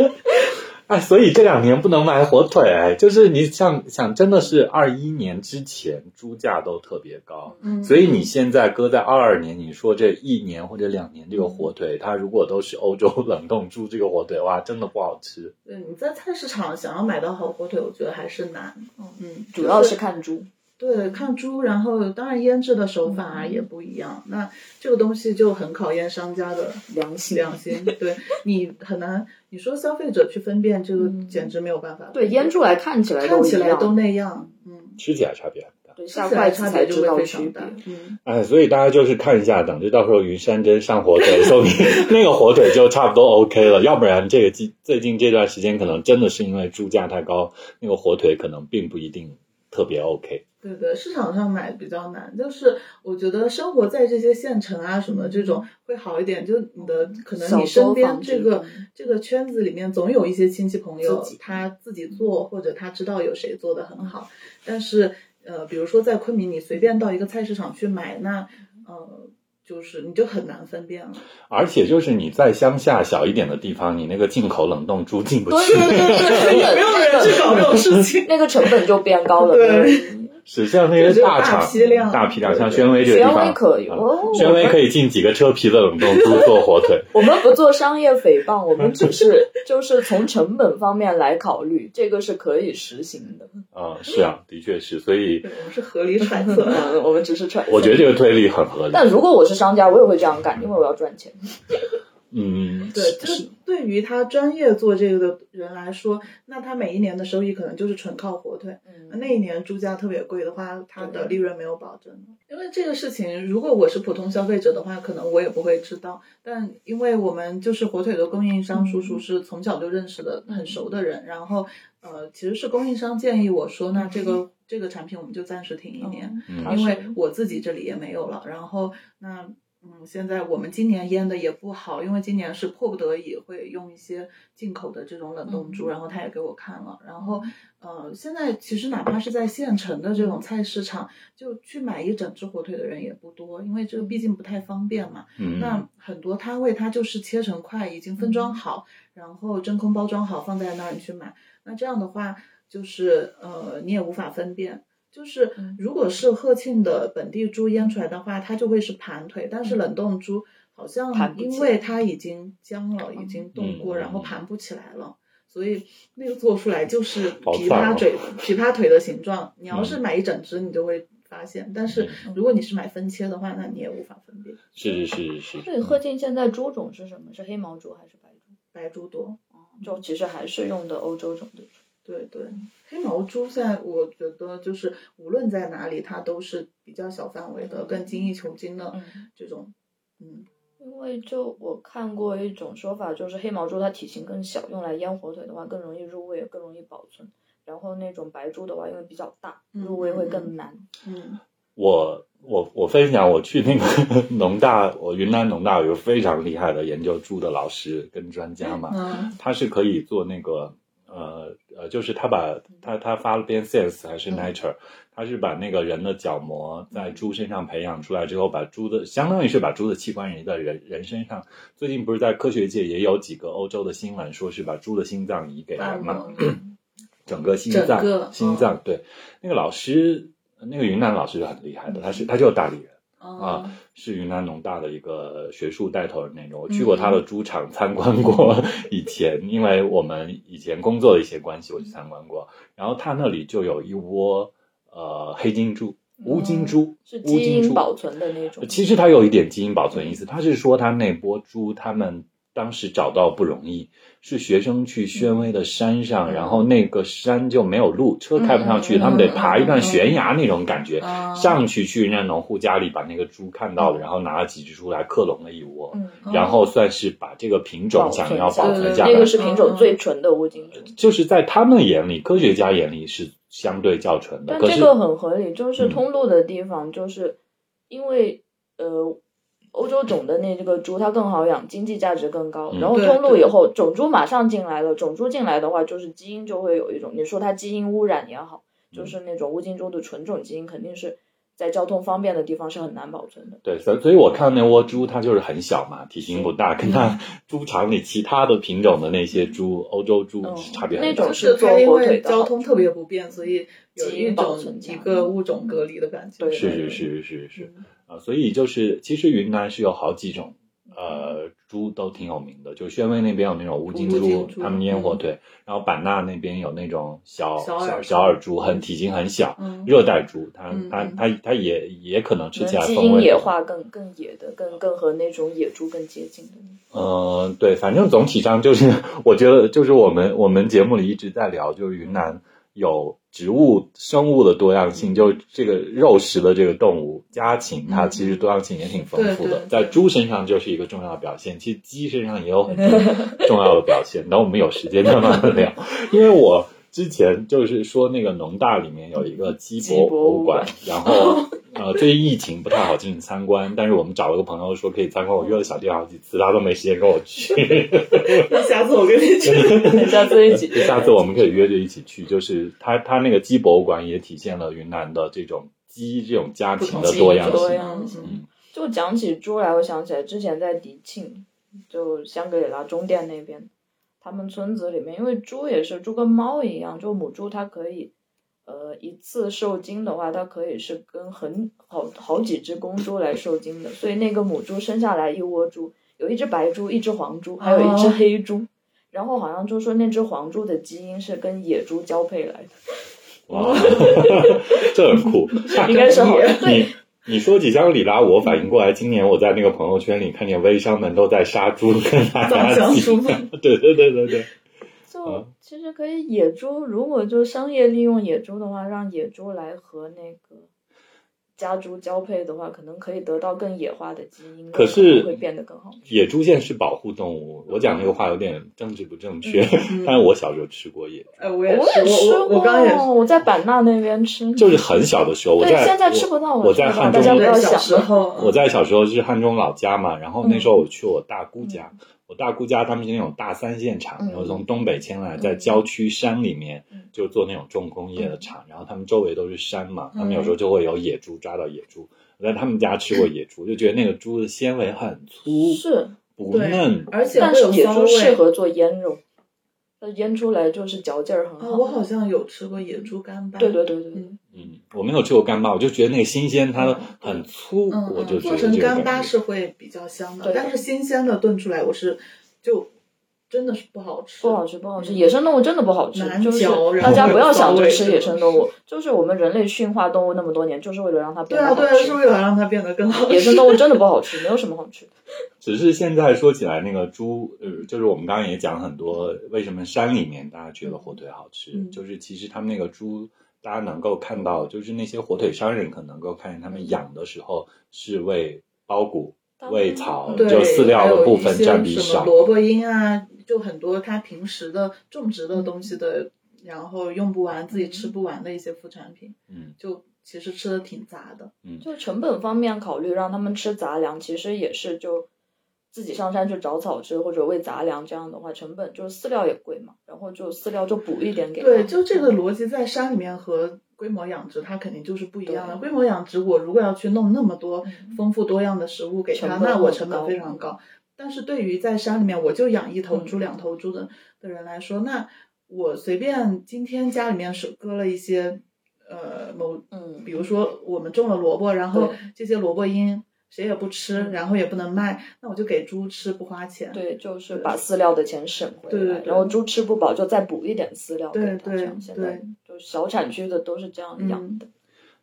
S3: 哎，所以这两年不能买火腿，哎就是你想想，真的是二一年之前猪价都特别高，
S1: 嗯，
S3: 所以你现在搁在二二年，你说这一年或者两年这个火腿，它如果都是欧洲冷冻猪这个火腿，哇，真的不好吃。
S1: 嗯对你在菜市场想要买到好火腿，我觉得还是难。嗯，
S2: 主要
S1: 就是
S2: 看猪，
S1: 对，看猪，然后当然腌制的手法也不一样。那这个东西就很考验商家的
S2: 良心。
S1: 良心， 对你很难，你说消费者去分辨，这个
S2: 嗯
S1: 简直没有办法。
S2: 对，腌出来看起来
S1: 看
S2: 都一
S1: 起来
S2: 样，
S1: 都那样，嗯，
S3: 吃起来差别很大，
S2: 对，
S1: 吃
S2: 下
S1: 起来
S2: 筷子
S1: 差
S2: 才
S1: 别就
S2: 知道
S1: 会非
S2: 区
S1: 常
S2: 别
S1: 大。。嗯，
S3: 哎，所以大家就是看一下，等着到时候云山真上火腿，说明那个火腿就差不多 OK 了。要不然这个近最近这段时间，可能真的是因为猪价太高，那个火腿可能并不一定特别 OK。
S1: 对对，市场上买比较难，就是我觉得生活在这些县城啊什么这种会好一点，就你的
S2: 嗯
S1: 可能你身边这个这个圈子里面总有一些亲戚朋友
S2: 自己嗯
S1: 他自己做，或者他知道有谁做的很好，但是呃，比如说在昆明，你随便到一个菜市场去买，那呃，就是你就很难分辨了。
S3: 而且就是你在乡下小一点的地方，你那个进口冷冻猪进不
S2: 对
S3: 去，
S2: 对对 对，
S1: 也没有人去搞这种事情。
S2: 那个成本就变高了。
S1: 对
S2: 对，
S3: 是像那些大厂
S1: 大批量
S3: 大批量，
S1: 对
S3: 像
S1: 对
S3: 宣威这个地
S2: 宣威
S3: 方，
S2: 可以哦
S3: 嗯宣威可以进几个车皮的冷冻猪做火腿。
S2: 我们不做商业诽谤，我们只是就是从成本方面来考虑，这个是可以实行的。
S3: 啊、是啊，的确是，所以
S1: 对我们是合理揣测。
S2: 嗯，我们只是揣测。
S3: 我觉得这个推理很合理。
S2: 但如果我是商家，我也会这样干，因为我要赚钱。
S3: 嗯，
S1: 对，就是对于他专业做这个的人来说，那他每一年的收益可能就是纯靠火腿。嗯那一年猪价特别贵的话，它的利润没有保证。因为这个事情，如果我是普通消费者的话，可能我也不会知道。但因为我们就是火腿的供应商叔叔是从小就认识的，很熟的人。然后，呃，其实是供应商建议我说，那这个这个产品我们就暂时停一年。
S3: 嗯
S1: 因为我自己这里也没有了。然后那嗯，现在我们今年腌的也不好，因为今年是迫不得已会用一些进口的这种冷冻猪，
S2: 嗯
S1: 然后他也给我看了。然后呃，现在其实哪怕是在县城的这种菜市场，就去买一整只火腿的人也不多，因为这个毕竟不太方便嘛。
S3: 嗯，
S1: 那很多摊位它就是切成块，已经分装好，
S3: 嗯
S1: 然后真空包装好放在那儿，你去买。那这样的话，就是呃，你也无法分辨。就是
S2: 嗯
S1: 如果是鹤庆的本地猪腌出来的话，它就会是盘腿，但
S3: 嗯
S1: 是冷冻猪好
S2: 盘
S1: 像
S2: 不起来
S1: 因为它已经僵了，已经冻过，
S3: 嗯
S1: 然后盘不起来了。所以那个做出来就是
S3: 好
S1: 琵
S3: 惨
S1: 琶
S3: 哦
S1: 腿、 琵琶腿的形状。你
S3: 嗯
S1: 要是买一整只，你就会发现；但是如果你是买分切的话，那你也无法分辨。
S3: 是是是是
S2: 对，
S3: 是，
S2: 鹤庆现在猪种是什么？是黑毛猪还是白猪？
S1: 白猪多，
S2: 哦，就其实还是用的欧洲种的猪。
S1: 对对，黑毛猪现在我觉得就是无论在哪里，它都是比较小范围的、更精益求精的
S2: 嗯，
S1: 这种。嗯，
S2: 因为就我看过一种说法，就是黑毛猪它体型更小，用来腌火腿的话更容易入味，更容易保存。然后那种白猪的话，因为比较大，
S1: 嗯
S2: 入味会更难。
S1: 嗯
S3: 我我我分享，我去那个 农大，我云南农大有个非常厉害的研究猪的老师跟专家嘛，
S1: 嗯
S3: 他是可以做那个。呃呃，就是他把他他发了篇 Science 还是 Nature，他是把那个人的角膜在猪身上培养出来之后，把猪的相当于是把猪的器官移到人人身上。最近不是在科学界也有几个欧洲的新闻，说是把猪的心脏移给人嘛，整个心
S1: 整
S3: 脏
S1: 个
S3: 心
S2: 嗯
S3: 脏对。那个老师，那个云南老师是很厉
S2: 嗯
S3: 害的，他是他就是大理人。
S1: 啊
S2: 哦
S3: 啊，是云南农大的一个学术带头人那种。我
S2: 嗯
S3: 去过他的猪场参观过， 以前、因为我们以前工作的一些关系，我去参观过。然后他那里就有一窝呃黑金猪、乌金
S2: 嗯
S3: 猪、
S2: 是
S3: 乌
S2: 基
S3: 金
S2: 因
S3: 猪
S2: 保存的那种。
S3: 其实它有一点基因保存意思，它是说它那波猪他们当时找到不容易，是学生去宣威的山上，
S2: 嗯
S3: 然后那个山就没有路，车开不上
S1: 嗯
S3: 去，
S1: 嗯
S3: 他们得
S1: 嗯
S3: 爬一段悬崖那种感觉，
S2: 啊
S1: 嗯
S3: 上去去那农户家里把那个猪看到了，然后拿了几只出来克隆了一窝。
S2: 嗯，
S3: 然后算是把这个品种想要保存下
S1: 下
S3: 来，
S1: 来
S2: 那个是品
S1: 嗯
S2: 种最纯的乌金猪，
S3: 就是在他们眼里，科学家眼里是相对较纯的。
S2: 但
S3: 可
S2: 这
S3: 是
S2: 个很合理，就是
S3: 嗯
S2: 通路的地方，就是因为呃，欧洲种的那这个猪它更好养，经济价值更高，
S3: 嗯
S2: 然后
S1: 对
S2: 通路
S1: 对
S2: 以后种猪马上进来了，种猪进来的话，就是基因就会有一种，你说它基因污染也好，
S3: 嗯
S2: 就是那种乌金猪的纯种基因肯定是。在交通方便的地方是很难保存的，
S3: 对，所以所以我看那窝猪，它就是很小嘛，体型不大，跟它 猪场里其他的品种的那些猪，欧洲猪
S2: 嗯
S3: 差别很
S2: 那
S3: 大。
S2: 种
S1: 就是
S2: 是做
S1: 它因
S2: 火腿
S1: 为
S2: 的
S1: 交通特别不便，所以有
S2: 基因
S1: 一
S2: 保
S1: 种
S2: 存下
S1: 一
S2: 来
S1: 个物种隔离的感觉。
S2: 对
S3: 是是是是是啊，所以就是其实云南是有好几种呃猪都挺有名的，就宣威那边有那种乌金
S1: 乌金
S3: 猪，
S1: 猪
S3: 他们腌火腿，然后版纳那边有那种小
S1: 小耳猪
S3: 小小耳猪，很体型很小，
S1: 嗯
S3: 热带猪，它
S1: 嗯
S3: 它
S1: 嗯
S3: 它它也也可能吃
S2: 可
S3: 起
S2: 能
S3: 来
S2: 基
S3: 风
S2: 因
S3: 味
S2: 野
S3: 不同
S2: 化更更野的，更更和那种野猪更接近的。
S3: 嗯，对，反正总体上就是，我觉得就是我们我们节目里一直在聊，就是云南有植物生物的多样性，就这个肉食的这个动物家禽，它其实多样性也挺丰富的
S1: 嗯对对，
S3: 在猪身上就是一个重要的表现，其实鸡身上也 有很多重要的表现。等我们有时间再慢慢聊，因为我之前就是说那个农大里面有一个鸡
S2: 鸡
S3: 博
S2: 博物
S3: 物馆
S2: 馆，
S3: 然后呃，最近疫情不太好进行参观，但是我们找了个朋友说可以参观，我约了小弟好几次，他都没时间跟我去。
S1: 那 下次我跟你去。
S2: 等下次一起，
S3: 下次我们可以约着一起去，就是他他那个鸡博物馆也体现了云南的这种鸡这种家
S1: 不
S3: 禽
S1: 同
S3: 的
S1: 鸡
S3: 多
S1: 的
S3: 样
S1: 多
S3: 性。
S2: 样
S1: 性
S3: 嗯
S2: 就讲起猪来，我想起来之前在迪庆，就香格里拉中甸那边，他们村子里面，因为猪也是猪跟猫一样，就母猪它可以，呃，一次受精的话，它可以是跟很好好几只公猪来受精的，所以那个母猪生下来一窝猪，有一只白猪，一只黄猪，还有一只
S1: 哦
S2: 黑猪。 然后好像就说那只黄猪的基因是跟野猪交配来的，
S3: 哇， 这很酷，
S2: 应该是好像
S3: 你你说起香格里拉，我反应过来，今年我在那个朋友圈里看见微商们都在杀猪跟
S1: 藏
S3: 大家
S1: 香
S3: 一起
S1: 猪，
S3: 对对对对对，
S2: 就
S3: 嗯
S2: 其实可以野猪，如果就商业利用野猪的话，让野猪来和那个家猪交配的话，可能可以得到更野化的基因，
S3: 可是
S2: 能会变得更好。
S3: 野猪现在是保护动物，我讲这个话有点政治不正确，
S1: 嗯
S3: 但是我小时候吃过野猪，
S1: 哎，我也
S2: 我
S1: 是，
S2: 也吃
S1: 我
S2: 过，
S1: 我
S2: 哦
S1: 我刚刚也是。
S2: 我在版纳那边吃，
S3: 就是很小的时候，我
S2: 对，
S3: 在
S2: 现在吃不到，
S3: 我我在
S2: 吃不到
S3: 汉
S2: 大
S3: 中
S2: 家不
S1: 对
S2: 要
S1: 小
S2: 想
S1: 时
S2: 了。
S1: 候，嗯
S3: 我在小时候是汉中老家嘛，然后那
S2: 嗯
S3: 时候我去我大姑家，我大姑家他们是那种大三线厂，
S2: 嗯
S3: 然后从东北迁来，
S2: 嗯
S3: 在郊区山里面
S2: 嗯
S3: 就做那种重工业的厂，然后他们周围都是山嘛，他们有
S2: 嗯
S3: 时候就会有野猪抓到野猪，我在他们家吃过野猪，就觉得那个猪的纤维很粗，
S2: 是，
S3: 不
S1: 对
S3: 嫩，
S1: 而且
S2: 但
S1: 会
S2: 是
S1: 有
S2: 野
S1: 骚
S2: 猪适
S1: 味。
S2: 合做腌肉，它腌出来就是嚼劲儿很
S1: 啊，我
S2: 好。
S1: 好像有吃过野猪干巴。
S2: 对对对对对
S1: 嗯。
S3: 嗯，我没有吃过干巴，我就觉得那个新鲜，它
S2: 嗯
S3: 很粗，
S1: 嗯，
S3: 我就觉
S1: 做
S3: 得
S1: 成
S3: 这个
S1: 干巴
S3: 感觉
S1: 是会比较香的
S2: 对，
S1: 但是新鲜的炖出来，我是就真的是不好吃。
S2: 不好吃，不好吃。野生动物真的不好吃
S1: 难，
S2: 就是
S1: 嚼然
S2: 大
S1: 后
S2: 家
S1: 有
S2: 不要想
S1: 骚
S2: 着
S1: 味
S2: 吃
S1: 是
S2: 野
S1: 吧
S2: 生动物，就是我们人类驯化动物那么多年，就是为了让它
S1: 对
S2: 变得
S1: 啊，
S2: 好
S1: 对啊，是
S2: 吃。
S1: 为了让它变得更好吃。
S2: 野生动物真的不好吃，没有什么好吃的。
S3: 只是现在说起来，那个猪，呃，就是我们刚刚也讲很多，为什么山里面大家觉得火腿好吃，
S1: 嗯
S3: 就是其实他们那个猪，大家能够看到，就是那些火腿商人可能够看见他们养的时候是喂包谷、 喂草，
S1: 对，
S3: 就饲料
S1: 还有
S3: 的
S1: 一
S3: 部分
S1: 些
S3: 占比
S1: 什么
S3: 少。
S1: 萝卜缨啊，就很多它平时的种植的东
S3: 嗯
S1: 西的，然后用不完、自己吃不完的一些副产品，
S3: 嗯
S1: 就其实吃的挺杂的。
S2: 就成本方面考虑，让他们吃杂粮，其实也是就自己上山去找草吃或者喂杂粮，这样的话成本就是饲料也贵嘛，然后就饲料就补一点给它嗯
S1: 对，就这个逻辑在山里面和规模养殖它肯定就是不一样的。规模养殖我如果要去弄那么多丰富多样的食物给它，
S2: 嗯成本
S1: 那我
S2: 很
S1: 成本
S2: 高
S1: 非常高。但是对于在山里面我就养一头
S2: 嗯
S1: 猪、两头猪的的人来说，那我随便今天家里面是割了一些呃某
S2: 嗯
S1: 比如说我们种了萝卜，然后
S2: 对
S1: 这些萝卜缨谁也不吃，
S2: 嗯
S1: 然后也不能卖，那我就给猪吃，不花钱。
S2: 对，就是把饲料的钱省回来，
S1: 对对对
S2: 然后猪吃不饱就再补一点饲料给它，
S1: 对
S2: 这样现在
S1: 对
S2: 就小产区的都是这样养的。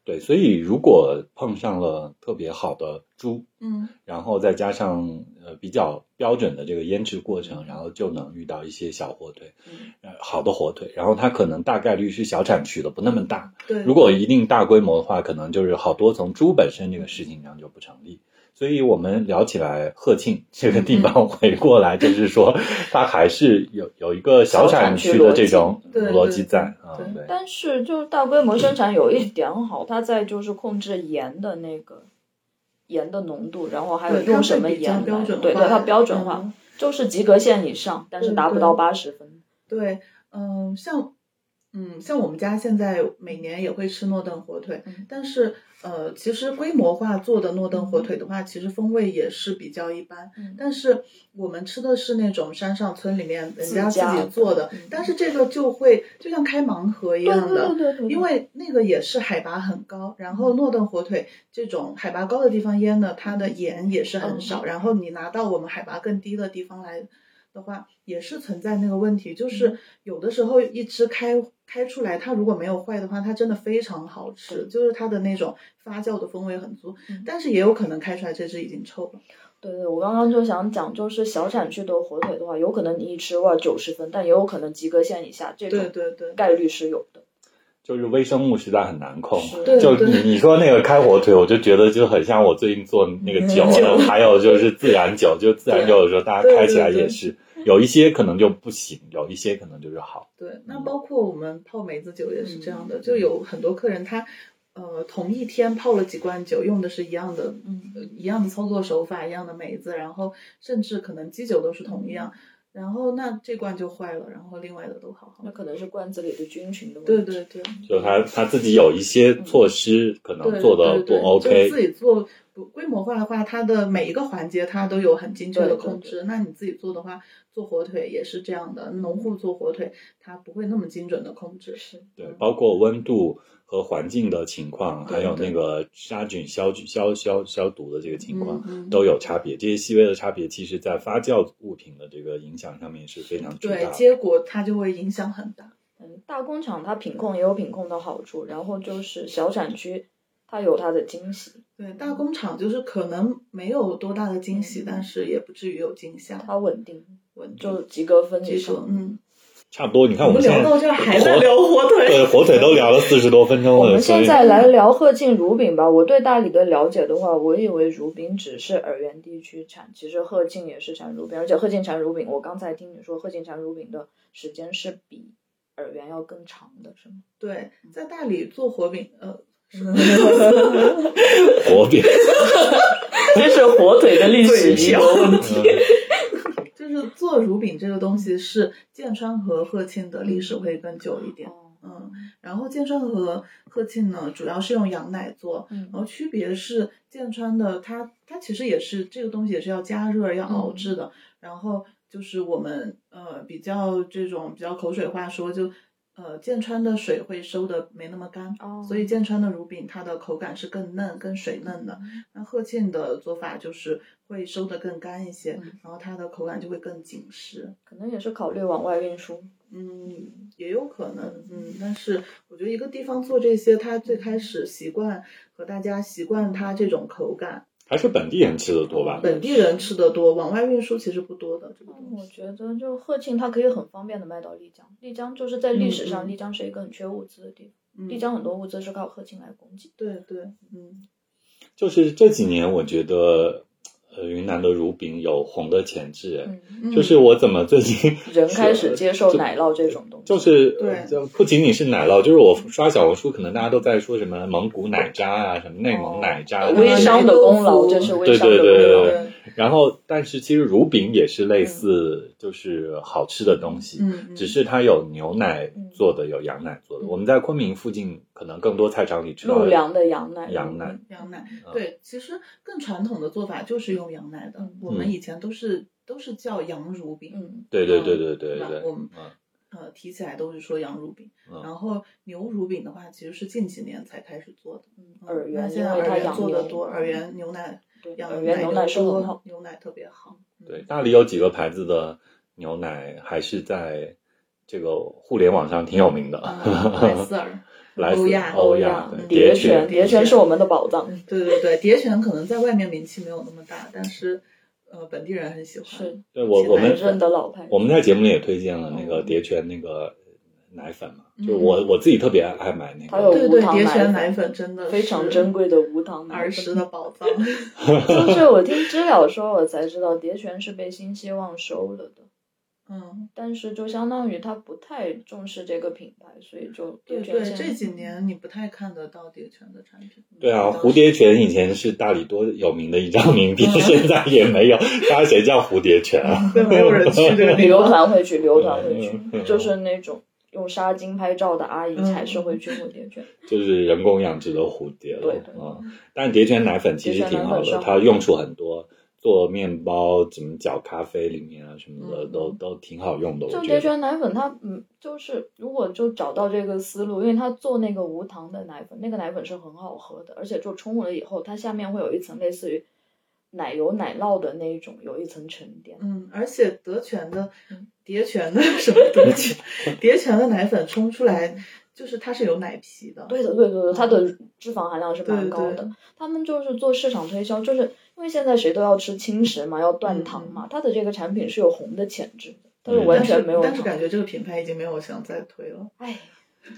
S3: 对，所以如果碰上了特别好的猪，
S1: 嗯，
S3: 然后再加上呃比较标准的这个腌制过程，然后就能遇到一些小火腿，
S2: 嗯
S3: 呃好的火腿，然后它可能大概率是小产区的，不那么大。
S1: 对。
S3: 如果一定大规模的话，可能就是好多从猪本身这个事情上就不成立。所以我们聊起来鹤庆这个地
S1: 嗯
S3: 方， 回过来就是说，它还是有有一个小产区的这种
S1: 小产区逻辑
S3: 逻辑在啊，
S1: 对
S3: 对
S2: 但是就是大规模生产有一点好，它在就是控制盐的那个盐的浓度，然后还有
S1: 对它
S2: 用什
S1: 会
S2: 么
S1: 比较
S2: 盐
S1: 标
S2: 来，
S1: 准化
S2: 对对，它标准化
S1: 嗯，
S2: 就是及格线以上，但是
S1: 对
S2: 达不
S1: 对
S2: 到八十分。
S1: 对，嗯，像，嗯，像我们家现在每年也会吃诺邓火腿，
S2: 嗯
S1: 但是呃，其实规模化做的诺邓火腿的话，其实风味也是比较一般。
S2: 嗯
S1: 但是我们吃的是那种山上村里面人
S2: 自
S1: 家自
S2: 家
S1: 己
S2: 的
S1: 做的，
S2: 嗯
S1: 但是这个就会就像开盲盒一
S2: 对
S1: 样的，
S2: 对对对对，
S1: 因为那个也是海拔很高，然后诺顿火腿这种海拔高的地方腌的，它的盐也是很少。然后你拿到我们海拔更低的地方来的话，也是存在那个问题，就是有的时候一只开开出来，它如果没有坏的话，它真的非常好吃，
S2: 对
S1: 就是它的那种发酵的风味很足
S2: 嗯。
S1: 但是也有可能开出来这只已经臭了。
S2: 对对，我刚刚就想讲，就是小产区的火腿的话，有可能你一吃哇九十分，但也有可能及格线以下，这
S1: 对
S2: 种
S1: 对对，
S2: 概率是有的。
S3: 就是微生物实在很难控。
S2: 是
S1: 对
S3: 就你你说那个开火腿，我就觉得就很像我最近做
S1: 嗯
S3: 那个酒，
S2: 酒
S3: 还有就是自然酒，就自然酒的时候，大家开起来也是有一些可能就不行，有一些可能就是好。
S1: 对，嗯那包括我们泡梅子酒也是这样的，
S2: 嗯
S1: 就有很多客人他，呃，同一天泡了几罐酒，用的是一样的，
S2: 嗯
S1: 呃一样的操作手法，一样的梅子，然后甚至可能基酒都是同一
S2: 嗯
S1: 样，然后那这罐就坏了，然后另外的都好好
S2: 那。可能是罐子里的菌群的问
S1: 对
S2: 题。
S1: 对对，
S3: 就他他自己有一些措施可能
S1: 对
S3: 做的
S1: 对对
S3: 不 OK，
S1: 就自己做不规模化的话，它的每一个环节它都有很精确的
S2: 对对
S1: 控制。那你自己做的话，做火腿也是这样的，农户做火腿它不会那么精准的控制。
S2: 是，嗯
S3: 对，包括温度和环境的情况，
S1: 对
S3: 还有
S1: 对
S3: 那个杀菌消菌消消消毒的这个情况
S1: 嗯。嗯
S3: 都有差别，这些细微的差别，其实在发酵物品的这个影响上面是非常巨大
S1: 对，
S3: 的。
S1: 结果它就会影响很大。
S2: 嗯，大工厂它品控也有品控的好处，然后就是小产区它有它的惊喜，
S1: 对，大工厂就是可能没有多大的惊喜，
S2: 嗯
S1: 但是也不至于有惊吓。
S2: 它稳定，
S1: 稳住
S2: 就及格分以
S1: 接受，
S2: 上。
S1: 嗯，
S3: 差不多，你看我
S1: 我
S3: 们
S1: 们
S3: 现
S1: 聊
S3: 在
S1: 到这儿还在聊火
S3: 对
S1: 腿，
S3: 火腿都聊了四十多分钟了，
S2: 我 们
S3: 所
S2: 现
S3: 以
S2: 在来聊鹤庆乳饼吧。我对大理的了解的话，我以为乳饼只是洱源地区产，其实鹤庆也是产乳饼，而且鹤庆产乳饼，我刚才听你说鹤庆产乳饼的时间是比洱源要更长的， 是吗？
S1: 对，在大理做火饼， 呃，
S3: 火饼，
S2: 这是火腿的历
S1: 史遗留
S2: 问。
S1: 就是做乳饼这个东西是剑川和鹤庆的 历史会更久一点。
S2: 哦
S1: 嗯，然后剑川和鹤庆呢，主要是用羊奶做，
S2: 嗯
S1: 然后区别是剑川的它它其实也是这个东西也是要加热要熬制
S2: 嗯
S1: 的，然后就是我们呃比较这种比较口水话说就。呃，剑川的水会收的没那么干
S2: 哦
S1: 所以剑川的乳饼它的口感是更嫩、更水嫩的。那鹤庆的做法就是会收的更干一些，
S2: 嗯
S1: 然后它的口感就会更紧实。
S2: 可能也是考虑往外运输。
S1: 嗯，也有可能，嗯，但是我觉得一个地方做这些，它最开始习惯和大家习惯它这种口感，
S3: 还是本地人吃的多吧？
S1: 本地人吃的多，往外运输其实不多的这个东
S2: 我
S1: 西。
S2: 觉得就鹤庆，它可以很方便的卖到丽江。丽江就是在历史上，
S1: 嗯嗯
S2: 丽江是一个很缺物资的地方，
S1: 嗯
S2: 丽江很多物资是靠鹤庆来供给。
S1: 对对，嗯，
S3: 就是这几年，我觉得呃云南的乳饼有红的潜质，哎
S2: 嗯。
S1: 嗯
S3: 就是我怎么最近
S2: 人开始接受奶酪这种东西，
S3: 就是
S1: 对
S3: 呃就不仅仅是奶酪，就是我刷小红书，可能大家都在说什
S1: 哦
S3: 么蒙古奶渣啊，什么内蒙奶渣啊，
S1: 微商
S2: 商的功劳，这是微
S3: 对
S2: 商
S3: 对
S2: 的
S3: 对
S2: 功劳。
S3: 对
S1: 对，
S3: 然后，但是其实乳饼也是类似，就是好吃的东西，
S1: 嗯，
S3: 只是它有牛奶做的，有羊奶做的。
S2: 嗯
S3: 我们在昆明附近可能更多菜场里吃到
S2: 陆凉的羊奶，
S3: 羊奶，
S1: 羊奶
S3: 嗯
S1: 对，其实更传统的做法就是用羊奶的
S2: 嗯，
S1: 我们以前都是都是叫羊乳饼，
S2: 嗯，
S3: 对对对对
S1: 对
S3: 对
S1: 吧
S3: 对，
S1: 我们
S3: 嗯
S1: 呃，提起来都是说羊乳饼，
S3: 嗯
S1: 然后牛乳饼的话，其实是近几年才开始做的，嗯
S2: 洱
S1: 那
S2: 源，
S1: 现
S2: 因
S1: 在
S2: 为
S1: 洱
S2: 它
S1: 源
S2: 养
S1: 做
S2: 牛
S1: 的多，洱源牛奶，
S2: 对，
S1: 养
S2: 洱源牛奶是很好
S1: 多，，牛奶特别好，嗯
S3: 对，大理有几个牌子的牛奶还是在这个互联网上挺有名 的，
S1: 嗯莱斯尔，
S3: 来自
S1: 欧亚
S3: 欧
S1: 亚
S3: 对
S1: 嗯
S3: 蝶
S2: 蝶
S3: 泉
S2: 泉，
S1: 蝶
S2: 蝶
S1: 泉
S2: 泉是我们的宝藏，
S1: 对对对，蝶泉可能在外面名气没有那么大，但是呃，本地人很喜欢。
S2: 是
S3: 对我我
S1: 奶
S3: 们
S1: 粉
S2: 认的老牌。
S3: 我们在节目里也推荐了那个
S2: 嗯
S3: 蝶泉那个奶粉嘛，
S1: 嗯
S3: 就我我自己特别爱买那
S2: 还有
S3: 个，
S1: 对对
S2: 无，糖
S1: 蝶泉
S2: 奶
S1: 奶粉真的
S2: 非常珍
S1: 贵，
S2: 贵的无糖奶粉
S1: 儿时的宝藏。
S2: 就是我听知了说，我才知道蝶泉是被新希望收了的，
S1: 嗯，
S2: 但是就相当于他不太重视这个品牌，所以就
S1: 对
S2: 蝶
S1: 对
S2: 泉，现在
S1: 这几 年你不太看得到蝶泉的产品。
S3: 对啊，
S1: 比较
S3: 蝴蝶泉以前是大理多有名的一张名店，现在也没有，大家谁叫蝴蝶泉啊？
S1: 对，没 有人去这个地
S2: 旅游
S1: 方。
S2: 团会去，旅游团会
S3: 嗯
S2: 去，就是那种用纱巾拍照的阿姨
S1: 嗯
S2: 还是会去蝴蝶泉。
S3: 就是人工养殖的蝴蝶了
S2: 对对
S3: 啊、但蝶泉奶粉其实挺好
S2: 蝶泉奶粉是
S3: 的，
S2: 好的
S3: 它用处很多，做面包、怎么搅咖啡里面啊什么的，
S1: 嗯
S3: 都都挺好用的。我
S2: 就
S3: 觉
S2: 蝶
S3: 得，
S2: 泉奶粉它，嗯，就是如果就找到这个思路，因为它做那个无糖的奶粉，那个奶粉是很好喝的，而且就冲了以后，它下面会有一层类似于奶油奶酪的那一种，有一层沉淀。
S1: 嗯，而且德泉的蝶泉的什么德泉，蝶泉的奶粉冲出来就是它是有奶皮的。
S2: 对的，对对对，它的脂肪含量是蛮
S1: 嗯对
S2: 高
S1: 对
S2: 的。他们就是做市场推销，就是因为现在谁都要吃轻食嘛，要断糖
S1: 嗯
S2: 嘛，它的这个产品是有红的潜质的，它是
S3: 嗯
S2: 完
S1: 但是
S2: 全没有
S1: 但是
S2: 糖。
S1: 感觉这个品牌已经没有想再推了。
S2: 哎，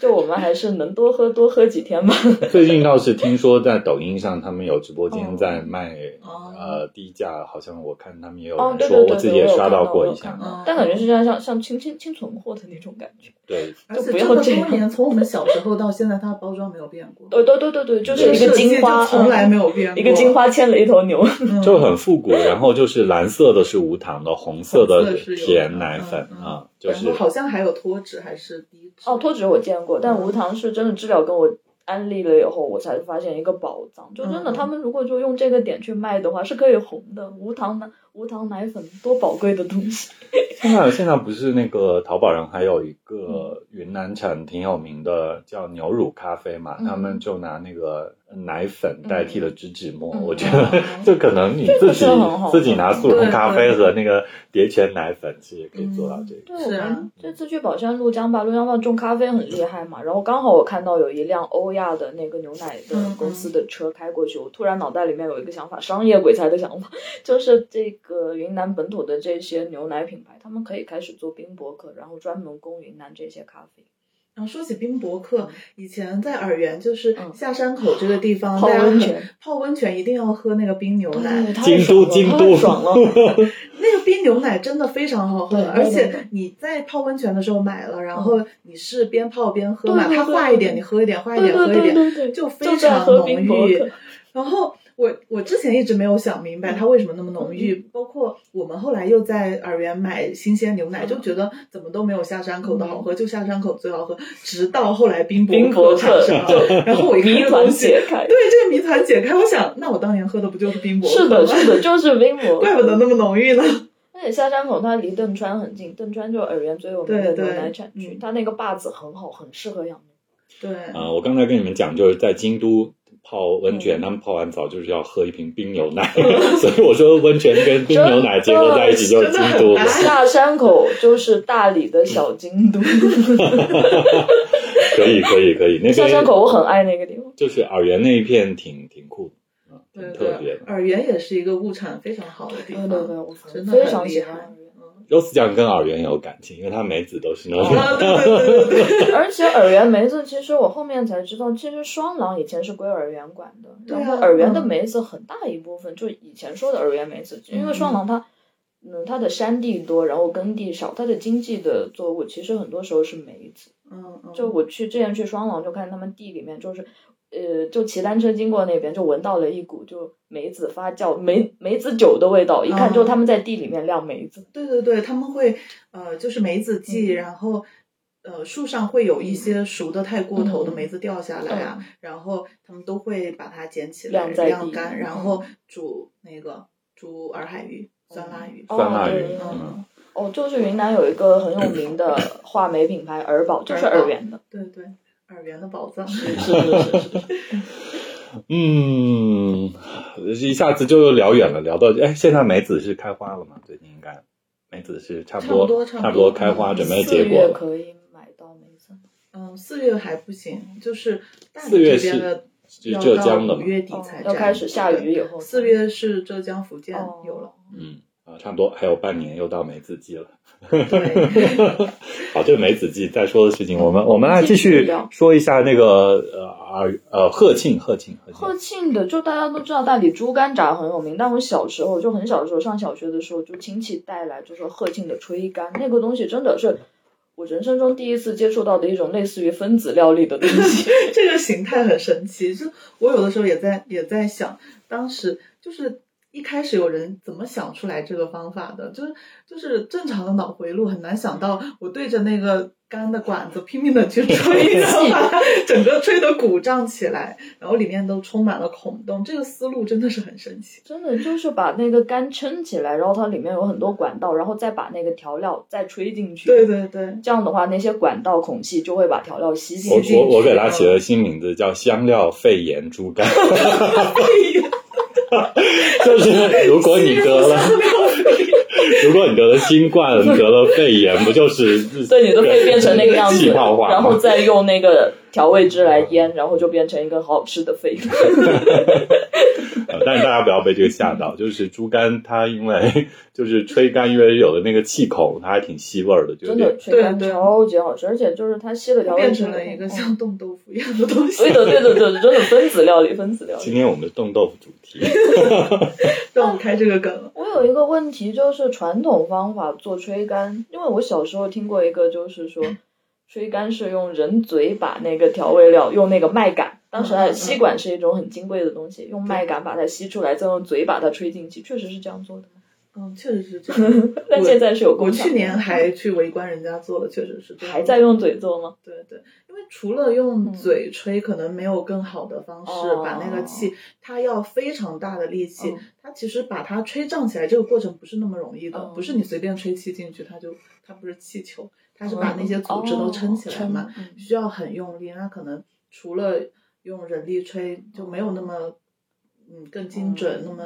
S2: 就我们还是能多喝多喝几天吧。
S3: 最近倒是听说在抖音上，他们有直播间
S2: 哦
S3: 在卖、
S1: 哦
S3: 呃低价，好像我看他们也有
S2: 哦
S3: 人
S2: 对
S3: 说，
S2: 对对
S3: 我自己
S2: 对
S3: 也
S2: 我有
S3: 刷
S2: 看
S3: 到
S2: 到
S3: 过
S2: 我有
S3: 一下
S2: 看
S3: 嘛。
S1: 嗯
S2: 但感觉是像像像清清清存货的那种感觉。
S3: 对，
S1: 而且
S2: 不
S1: 这
S2: 要
S1: 么
S2: 这
S1: 多
S2: 样
S1: 年，从我们小时候到现在，它的包装没有变过。
S2: 对对对对对，就
S1: 这
S2: 是一个
S1: 设计
S2: 金花，
S1: 就从来没有变
S2: 嗯
S1: 过。
S2: 一个金花牵了一头牛。
S1: 嗯，
S3: 就很复古。然后就是蓝色的是无糖的，红色
S1: 红
S3: 的
S1: 色是有
S3: 甜奶
S1: 糖
S3: 粉
S1: 嗯嗯
S3: 啊、就是
S1: 然后好像还有脱脂还是低脂
S2: 哦，脱脂我见过，但无糖是真的知了跟我安利了以后，我才发现一个宝藏。就真的，
S1: 嗯
S2: 他们如果就用这个点去卖的话，是可以红的。无糖奶无糖奶粉多宝贵的东西。
S3: 现在现在不是那个淘宝上还有一个云南产挺有名的叫牛乳咖啡嘛，
S1: 嗯
S3: 他们就拿那个呃奶粉代替了植脂末，
S2: 嗯
S3: 我觉得就可能你自己
S2: 这个是很好的
S3: 自己拿速溶咖啡和那个叠泉奶粉，其实也可以做到这个。
S2: 对，我
S1: 是啊
S2: 们这次去宝山陆江吧，陆江吧种咖啡很厉害嘛，然后刚好我看到有一辆欧亚的那个牛奶的公司的车开过去，我突然脑袋里面有一个想法，商业鬼才的想法， 就是这个云南本土的这些牛奶品牌，他们可以开始做冰博客，然后专门供云南这些咖啡。
S1: 然后说起冰博客，以前在洱源就是
S2: 嗯
S1: 下山口这个地方，
S2: 泡
S1: 大家
S2: 温
S1: 很
S2: 泉
S1: 泡温泉一定要喝那个冰牛奶，
S2: 太
S3: 京都
S2: 爽了
S3: 京
S2: 太
S3: 都
S2: 爽 了，
S1: 那个冰牛奶真的非常好喝，
S2: 对对
S1: 而
S2: 对对嗯
S1: 且你在泡温泉的时候买了，然后你是边泡边喝嘛，
S2: 对对
S1: 它
S2: 对
S1: 化一点你喝一点，化一
S2: 对
S1: 点
S2: 对
S1: 喝一
S2: 对对
S1: 点，
S2: 对，
S1: 就
S2: 就
S1: 非
S2: 在
S1: 常
S2: 喝
S1: 浓
S2: 冰博
S1: 郁
S2: 客。，
S1: 然后我我之前一直没有想明白它为什么那么浓郁，包括我们后来又在洱源买新鲜牛奶，
S2: 嗯
S1: 就觉得怎么都没有下山口的好喝，就下山口最好喝。直到后来冰
S2: 冰
S1: 博
S2: 博
S1: 产
S2: 客
S1: 生 了，然后我一看
S2: 谜
S1: 这个
S2: 团
S1: 东西，
S2: 解开。
S1: 对这个谜团解开，我想那我当年喝的不就是冰博
S2: 是
S1: 客
S2: 的，
S1: 吗？
S2: 是的，就是冰博客。
S1: 怪不得那么浓郁呢。
S2: 而且下山口它离邓川很近，邓川就是洱源最有名的
S1: 对对
S2: 牛奶产区，
S1: 嗯
S2: 它那个坝子很好，很适合养牛。
S1: 对，
S3: 啊、我刚才跟你们讲，就是在京都泡温泉，他们泡完澡就是要喝一瓶冰牛奶，所以我说温泉跟冰牛奶结合在一起就是京都了
S1: 真的。很
S2: 下山口就是大理的小京都，
S3: 可以可以可以，那
S2: 下山
S3: 边
S2: 口我很爱那个地方。
S3: 就是洱源那一片挺挺酷的，啊，
S1: 对
S3: 挺特别
S1: 对
S3: 的，。
S1: 洱源也是一个物产非常好的地
S2: 对
S1: 方，
S2: 嗯对对，我
S1: 真的
S2: 非
S1: 很
S2: 常
S1: 厉
S2: 喜
S1: 害
S2: 欢。
S3: Rose 酱跟洱源有感情，因为他梅子都是那
S1: 嗯啊，
S3: 种。
S1: 对对对对对。
S2: 而且洱源梅子，其实我后面才知道，其实双廊以前是归洱源管的。
S1: 对啊
S2: 然后洱源的梅子很大一部分，就以前说的洱源梅子，因为双廊它，嗯，它的山地多，然后耕地少，它的经济的作物其实很多时候是梅子。
S1: 嗯，嗯
S2: 就我去之前去双廊，就看他们地里面就是呃，就骑单车经过那边，就闻到了一股就梅子发酵、梅梅子酒的味道，一看就他们在地里面晾梅子。
S1: 对对对，他们会呃，就是梅子
S2: 嗯
S1: 季，然后呃，树上会有一些熟的太过头
S2: 嗯
S1: 的梅子掉下来啊，然后他们都会把它捡起来
S2: 晾在地
S1: 晾干，
S2: 嗯
S1: 然后煮那个煮洱海鱼、酸辣鱼。
S2: 哦
S3: 酸辣
S2: 对
S3: 鱼
S2: 对对
S3: 嗯
S2: 哦，就是云南有一个很有名的话梅品牌尔宝，就是洱源的。
S1: 对对，洱源的宝藏。
S2: 是是是是是，
S3: 嗯，一下子就聊远了，聊到哎，现在梅子是开花了吗？最近应该梅子是差不
S1: 差不多
S3: 差
S1: 差不多
S3: 不多开花，准备
S2: 嗯四
S3: 结果
S2: 月
S3: 了。
S2: 可以买到梅子。
S1: 嗯，四月还不行，就是大
S3: 四
S1: 理
S3: 月
S1: 这
S3: 是
S1: 边的
S3: 是
S1: 要
S3: 浙江
S1: 到
S3: 的
S1: 五
S3: 嘛，
S1: 月底
S2: 哦
S1: 才
S2: 要
S1: 摘
S2: 开始下雨以后，
S1: 四月是浙江、福建
S2: 哦
S1: 有 了，
S3: 嗯啊，差不多还有半年又到梅子季了。
S1: 对，
S3: 好，这梅子季再说的事情，我们我们来继续说一下那个呃啊呃鹤庆鹤庆鹤庆
S2: 鹤庆的，就大家都知道大理猪肝炸很有名，但我小时候就很小的时候上小学的时候，就亲戚带来就说鹤庆的炊干，那个东西真的是我人生中第一次接触到的一种类似于分子料理的东西。
S1: 这个形态很神奇。就我有的时候也在也在想，当时就是一开始有人怎么想出来这个方法的，就是就是正常的脑回路很难想到，我对着那个干的管子拼命的去 吹，然后把它整个吹得鼓胀起来，然后里面都充满了孔洞。这个思路真的是很神奇。
S2: 真的就是把那个干撑起来，然后它里面有很多管道，然后再把那个调料再吹进去。
S1: 对，对对，
S2: 这样的话那些管道孔隙就会把调料吸
S3: 我
S2: 进去。
S3: 我我给它起了新名字叫香料肺炎 猪肝，就是如果你得了， 如果你得了新冠，得了肺炎，不就是
S2: 对，你都可以变成那个样子，
S3: 气泡化吗，
S2: 然后再用那个调味汁来腌，然后就变成一个好好吃的肺。
S3: 呃，但是大家不要被这个吓到，就是猪肝它因为就是吹干，因为有的那个气孔，它还挺吸味儿的，就有
S2: 真
S3: 点
S2: 的吹干
S1: 对对
S2: 超级好吃，而且就是它吸了调味
S1: 变
S2: 汁
S1: 成了一个
S2: 嗯
S1: 像冻豆腐一样的东西
S2: 对。的对的对的，真的分子料理，分子料
S3: 今
S2: 理。
S3: 天我们的冻豆腐主题，
S1: 让我开这个梗了。
S2: 我有一个问题，就是传统方法做吹干，因为我小时候听过一个，就是说吹干是用人嘴把那个调味料用那个麦秆，当时还
S1: 嗯嗯
S2: 吸管是一种很金贵的东西，用麦秆把它吸出来，再用嘴把它吹进去，确实是这样做的。
S1: 嗯，确实是这 样。
S2: 但现在是有
S1: 我
S2: 工厂的。
S1: 去年还去围观人家做了，确实是这样
S2: 还在。用嘴做吗？
S1: 对对，因为除了用嘴吹，可能没有更好的方式
S2: 哦
S1: 把那个气，它要非常大的力气
S2: 嗯，
S1: 它其实把它吹胀起来这个过程不是那么容易的，
S2: 嗯
S1: 不是你随便吹气进去，它就它不是气球，它是把那些组织都撑起来嘛，嗯
S2: 哦撑
S1: 需要很用力。那可能除了用人力吹，就没有那么嗯更精准，
S2: 嗯
S1: 那么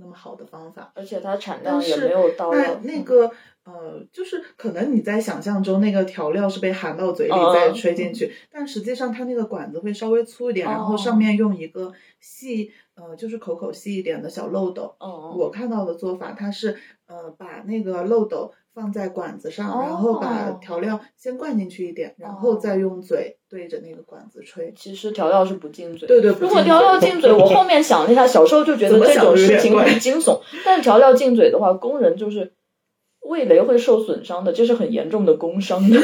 S1: 那么好的方法。
S2: 而且它产
S1: 但
S2: 量也
S1: 是
S2: 没有到嗯
S1: 那
S2: 要
S1: 那个呃，就是可能你在想象中那个调料是被含到嘴里
S2: 嗯
S1: 再吹进去，但实际上它那个管子会稍微粗一点，然后
S2: 哦
S1: 上面用一个细呃，就是口口细一点的小漏斗。
S2: 哦，
S1: 我看到的做法，它是呃把那个漏斗放在管子上，然后把
S2: 哦
S1: 调料先灌进去一点，然后再用嘴对着那个管子吹。
S2: 其实调料是不进嘴。
S1: 对对，不
S2: 如果
S1: 进
S2: 调料
S1: 嘴
S2: 进嘴，我后面想了一下，小时候就觉得
S1: 怎么
S2: 这
S1: 想
S2: 种
S1: 都有
S2: 事
S1: 点
S2: 情
S1: 怪
S2: 很惊悚，但调料进嘴的话，工人就是味蕾会受损伤的，这是很严重的工伤的。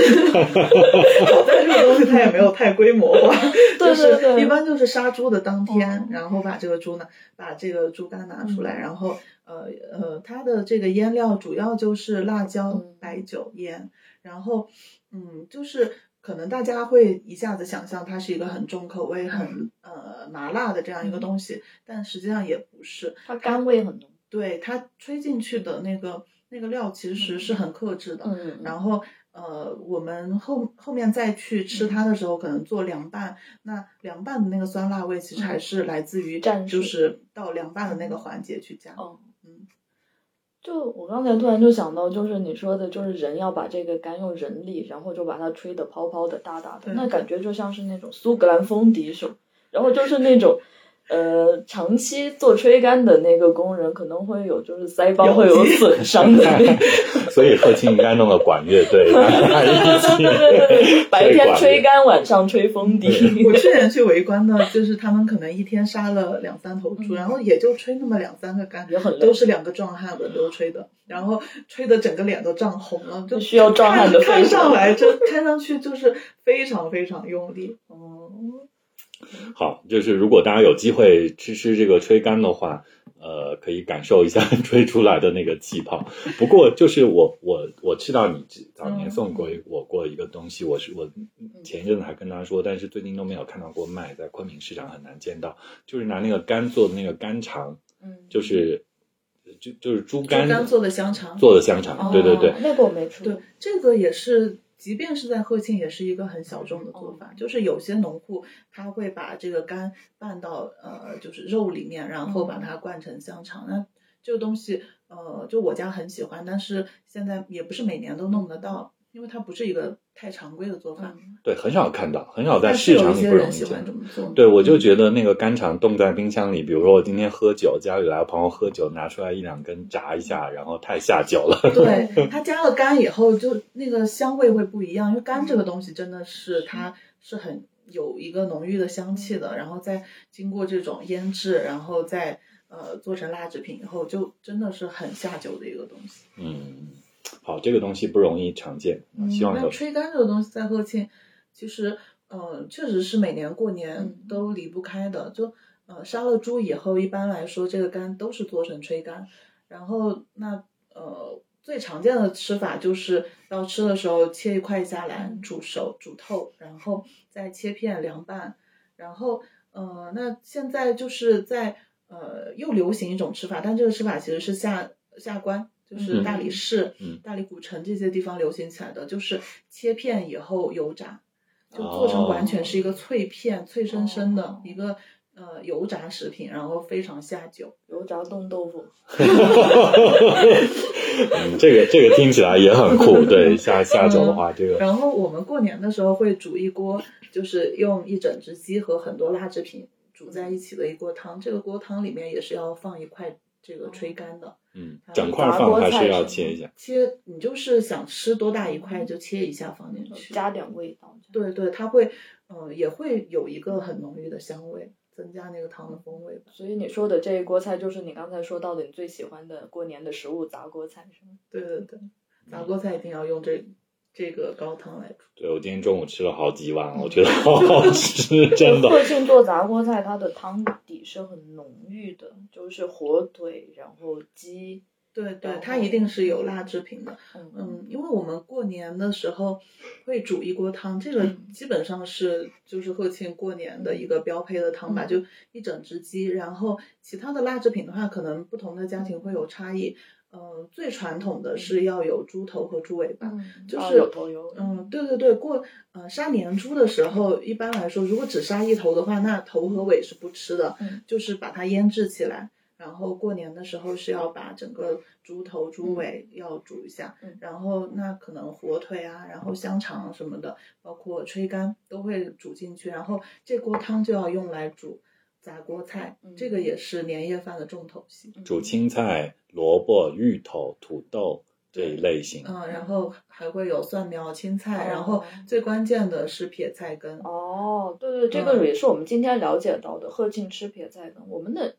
S1: 但这个东西它也没有太规模化，
S2: 对对
S1: 就是
S2: 对
S1: 一般就是杀猪的当天，
S2: 嗯
S1: 然后把这个猪呢，把这个猪肝拿出来，
S2: 嗯
S1: 然后呃呃，它的这个腌料主要就是辣椒、
S2: 嗯
S1: 白酒、盐，然后嗯，就是可能大家会一下子想象它是一个很重口味、 很呃麻辣的这样一个东
S2: 嗯
S1: 西，但实际上也不是，
S2: 它甘味很浓。
S1: 对它吹进去的那个那个料其实是很克制的，
S2: 嗯，后
S1: 然后呃，我们后后面再去吃它的时候，可能做凉拌，那凉拌的那个酸辣味其实
S2: 嗯
S1: 还是来自于
S2: 蘸水
S1: 就是到凉拌的那个环节去加。
S2: 哦，
S1: 嗯，
S2: 就我刚才突然就想到，就是你说的，就是人要把这个干用人力，然后就把它吹得泡泡的、大大的，
S1: 对
S2: 那感觉就像是那种苏格兰风笛手，然后就是那种。呃，长期做吹干的那个工人可能会有，就是腮帮会有
S1: 咬肌
S2: 损伤的那种。
S3: 所以鹤庆应该弄个管乐 队， 大家一起
S2: 对对对对，白天吹干，晚上吹风笛。
S1: 我去年去围观呢，就是他们可能一天杀了两三头猪，
S2: 嗯
S1: 然后也就吹那么两三个干
S2: 也很，累
S1: 都是两个壮汉轮流吹的，然后吹的整个脸都涨红了，就
S2: 需要壮汉的
S1: 看
S2: 肺
S1: 看
S2: 活
S1: 上来，就看上去就是非常非常用力。
S2: 哦，
S3: 好，就是如果大家有机会吃吃这个吹干的话，呃，可以感受一下吹出来的那个气泡。 不过就是我我我吃到你早年送过我过一个东西，我是我前一阵子还跟他说，但是最近都没有看到过卖，在昆明市场很难见到，就是拿那个干做的那个干肠，
S2: 嗯，
S3: 就是就就是猪
S1: 刚
S3: 肝
S1: 刚做的香肠。
S3: 做的香肠，对对对
S2: 哦，那个我没吃
S1: 对
S2: 过，，
S1: 这个也是，即便是在鹤庆，也是一个很小众的做法。就是有些农户他会把这个干拌到呃，就是肉里面，然后把它灌成香肠。那这个东西，呃，就我家很喜欢，但是现在也不是每年都弄得到，因为它不是一个太常规的做法。
S2: 嗯
S3: 对，很少看到，很少在
S1: 但是
S3: 市
S1: 有
S3: 场
S1: 一
S3: 里
S1: 些
S3: 不容
S1: 人
S3: 易
S1: 喜
S3: 见
S1: 欢
S3: 到
S1: 这。么做。嗯
S3: 对，我就觉得那个干肠冻在冰箱里，比如说我今天喝酒，家里来朋友喝酒，拿出来一两根炸一下，然后太下酒了。
S1: 对，它加了干以后，就那个香味会不一样，因为干这个东西真的是它是很有一个浓郁的香气的，然后再经过这种腌制，然后再呃做成辣制品以后，就真的是很下酒的一个东西。
S3: 嗯，好，这个东西不容易常见，
S2: 嗯
S3: 啊希望
S1: 那
S3: 有。
S1: 吹干这个东西在鹤庆，其实呃确实是每年过年
S2: 嗯
S1: 都离不开的，就呃杀了猪以后，一般来说这个干都是做成吹干，然后那呃最常见的吃法就是要吃的时候切一块下来
S2: 嗯
S1: 煮熟煮透，然后再切片凉拌，然后呃那现在就是在呃又流行一种吃法，但这个吃法其实是下下关。就是
S3: 嗯
S1: 大理市、
S3: 嗯
S1: 大理古城这些地方流行起来的，就是切片以后油炸，就做成
S3: 哦
S1: 完全是一个脆片、脆生生的
S2: 哦
S1: 一个呃油炸食品，然后非常下酒。
S2: 油炸冻豆腐，
S3: 嗯，这个这个听起来也很酷。对，下下酒的话，这个
S1: 然后我们过年的时候会煮一锅，就是用一整只鸡和很多辣制品煮在一起的一锅汤。这个锅汤里面也是要放一块这个吹干的，
S3: 嗯，
S1: 还有
S3: 整块放还是要切一下。
S1: 切你就是想吃多大一块就切一下放进去。
S2: 加点味道。这样，
S1: 对对，它会呃也会有一个很浓郁的香味，增加那个汤的风味吧。
S2: 所以你说的这一锅菜，就是你刚才说到的你最喜欢的过年的食物杂锅菜，是吗？
S1: 对对对，杂锅菜一定要用这这个高汤来煮。
S3: 对我今天中午吃了好几碗，我觉得好好吃，真的。
S2: 鹤庆做杂锅菜，它的汤底是很浓郁的，就是火腿，然后鸡，
S1: 对对，
S2: 然
S1: 它
S2: 后
S1: 一定是有辣制品的。
S2: 嗯，
S1: 嗯，因为我们过年的时候会煮一锅汤，这个
S2: 嗯
S1: 基本上是就是鹤庆过年的一个标配的汤吧，
S2: 嗯
S1: 就一整只鸡。然后其他的辣制品的话，可能不同的家庭会有差异。呃，最传统的是要有猪头和猪尾巴，就
S2: 啊
S1: 是
S2: 有头有尾，
S1: 嗯，对对对，过呃杀年猪的时候，一般来说，如果只杀一头的话，那头和尾是不吃的，
S2: 嗯
S1: 就是把它腌制起来。然后过年的时候是要把整个猪头、猪尾要煮一下，
S2: 嗯
S1: 然后那可能火腿啊，然后香肠什么的，包括吹干都会煮进去。然后这锅汤就要用来煮杂锅菜，
S2: 嗯
S1: 这个也是年夜饭的重头戏。
S2: 嗯
S3: 煮青菜、萝卜、芋头、土豆这一类型。
S1: 嗯，然后还会有蒜苗、青菜，
S2: 哦
S1: 然后最关键的是撇菜根。
S2: 哦，对对，这
S1: 嗯
S2: 个也是我们今天了解到的。鹤庆吃撇菜根，我们的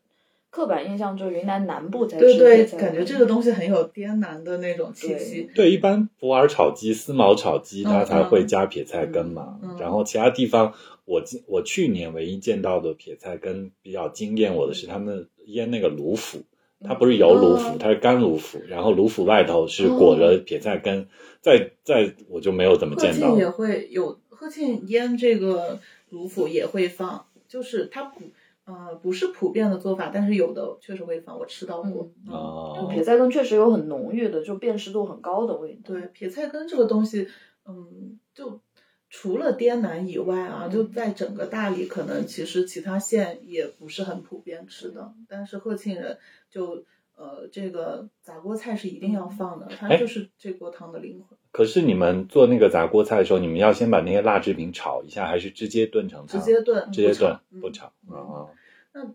S2: 刻板印象就是云南南部才吃
S1: 对对
S2: 撇，菜根，
S1: 感觉这个东西很有滇南的那种气息。
S3: 对，一般普洱炒鸡、丝毛炒鸡，它
S1: 嗯
S3: 才会加撇菜根嘛。
S1: 嗯嗯
S3: 然后其他地方，我今我去年唯一见到的撇菜根比较惊艳我的是他们腌那个卤腐，它不是油卤腐，
S1: 嗯
S3: 它是干卤腐，然后卤腐外头是裹
S1: 哦
S3: 着撇菜根，再再我就没有怎么
S1: 鹤
S3: 见到
S1: 庆。也会有鹤庆腌这个卤腐也会放，就是它普呃不是普遍的做法，但是有的确实会放，我吃到过。嗯
S3: 哦，
S2: 撇菜根确实有很浓郁的，就辨识度很高的味道。
S1: 对，撇菜根这个东西，嗯，就除了滇南以外啊，
S2: 嗯
S1: 就在整个大理，可能其实其他县也不是很普遍吃的，但是鹤庆人就。呃，这个杂锅菜是一定要放的，它
S3: 哎
S1: 就是这锅汤的灵魂，
S3: 可是你们做那个杂锅菜的时候，你们要先把那些辣制品炒一下，还是直接炖成
S1: 直
S3: 汤？
S1: 接炖，
S3: 直接
S1: 不炒
S3: 炖，不
S1: 嗯
S3: 炒
S1: 嗯
S3: 啊。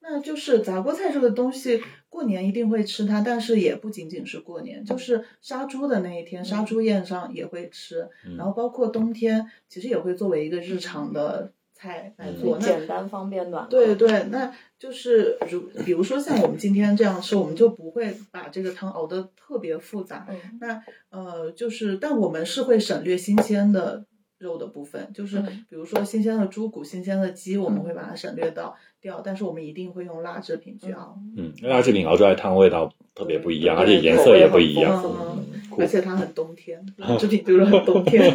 S1: 那就是杂锅菜这个东西，过年一定会吃它，但是也不仅仅是过年，就是杀猪的那一天，
S2: 嗯
S1: 杀猪宴上也会吃，
S3: 嗯
S1: 然后包括冬天，其实也会作为一个日常的菜来
S2: 所
S1: 做。
S2: 以
S1: 那
S2: 简单方便暖和。
S1: 对对，那就是如比如说像我们今天这样吃，我们就不会把这个汤熬得特别复杂，
S2: 嗯，
S1: 那呃，就是，但我们是会省略新鲜的肉的部分，就是
S2: 嗯
S1: 比如说新鲜的猪骨、新鲜的鸡，我们会把它省略到掉，但是我们一定会用辣制品去熬，
S3: 嗯嗯，因为它这里熬出来的汤味道特别不一样，而且
S2: 嗯
S3: 颜
S2: 口
S3: 色
S2: 味
S3: 也
S2: 很
S3: 不一样，
S1: 丰富
S3: 嗯酷
S1: 而且它很冬 天，辣制品就是很冬天。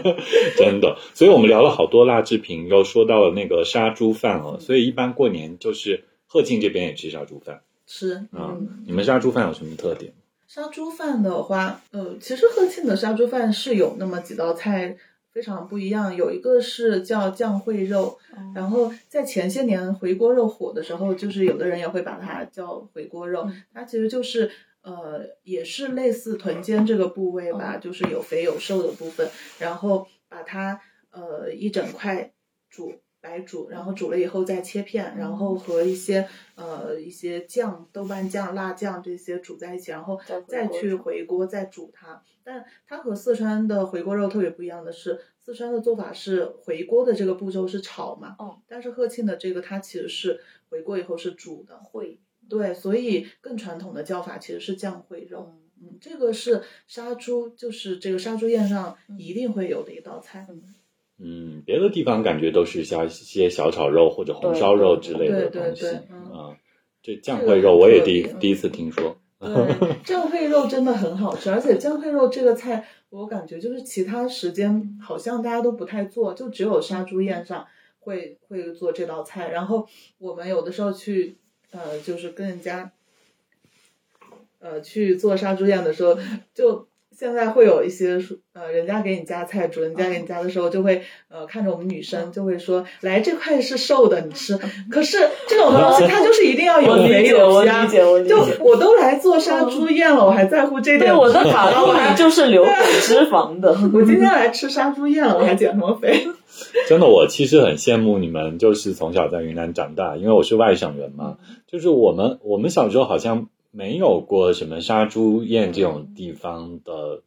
S3: 真的。所以我们聊了好多辣制品，又说到了那个杀猪饭哦，所以一般过年就是鹤庆这边也吃杀猪饭
S1: 吃
S3: 啊
S2: 嗯。
S3: 你们杀猪饭有什么特
S1: 嗯
S3: 点？
S1: 杀猪饭的话，呃，其实鹤庆的杀猪饭是有那么几道菜非常不一样，有一个是叫酱烩肉，
S2: 嗯
S1: 然后在前些年回锅肉火的时候，就是有的人也会把它叫回锅肉
S2: 嗯，
S1: 它其实就是。呃，也是类似臀尖这个部位
S2: 哦
S1: 吧，就是有肥有瘦的部分，然后把它呃一整块煮白煮，然后煮了以后再切
S2: 嗯
S1: 片，然后和一些呃一些酱、豆瓣酱、辣酱这些煮在一起，然后
S2: 再回
S1: 再
S2: 锅
S1: 去回锅再煮它。但它和四川的回锅肉特别不一样的是，四川的做法是回锅的这个步骤是炒嘛，
S2: 哦
S1: 但是鹤庆的这个它其实是回锅以后是煮的，
S2: 会，
S1: 对，所以更传统的叫法其实是酱烩肉。
S2: 嗯
S1: 嗯，这个是杀猪，就是这个杀猪宴上
S2: 嗯
S1: 一定会有的一道菜。
S2: 嗯，
S3: 嗯，别的地方感觉都是像一些小炒肉或者红烧肉之类
S1: 对
S3: 的
S1: 对
S3: 东西
S1: 对嗯
S3: 啊。这酱烩肉我也第一
S1: 这个很特别
S3: 第一次听说，
S1: 对，酱烩肉真的很好吃，而且酱烩肉这个菜，我感觉就是其他时间好像大家都不太做，就只有杀猪宴上会会做这道菜。然后我们有的时候去，呃，就是跟人家，呃，去做杀猪宴的时候，就现在会有一些说呃，人家给你夹菜，主人家给你夹的时候，就会呃看着我们女生就会说，来这块是瘦的，你吃。可是这
S2: 哦
S1: 种东西它就是一定要有
S2: 我理
S1: 肥
S2: 解，
S1: 有
S2: 我
S1: 皮
S2: 理
S1: 啊。
S2: 解，我理
S1: 就
S2: 解。
S1: 我都来做杀猪宴了，我还在乎这点
S2: 对，
S1: 吗？
S2: 我的 卡路里就是留给脂肪 的。
S1: 我今天来吃杀猪宴了，我还减什么肥？
S3: 真的，我其实很羡慕你们，就是从小在云南长大，因为我是外省人嘛。就是我们我们小时候好像没有过什么杀猪宴这种地方的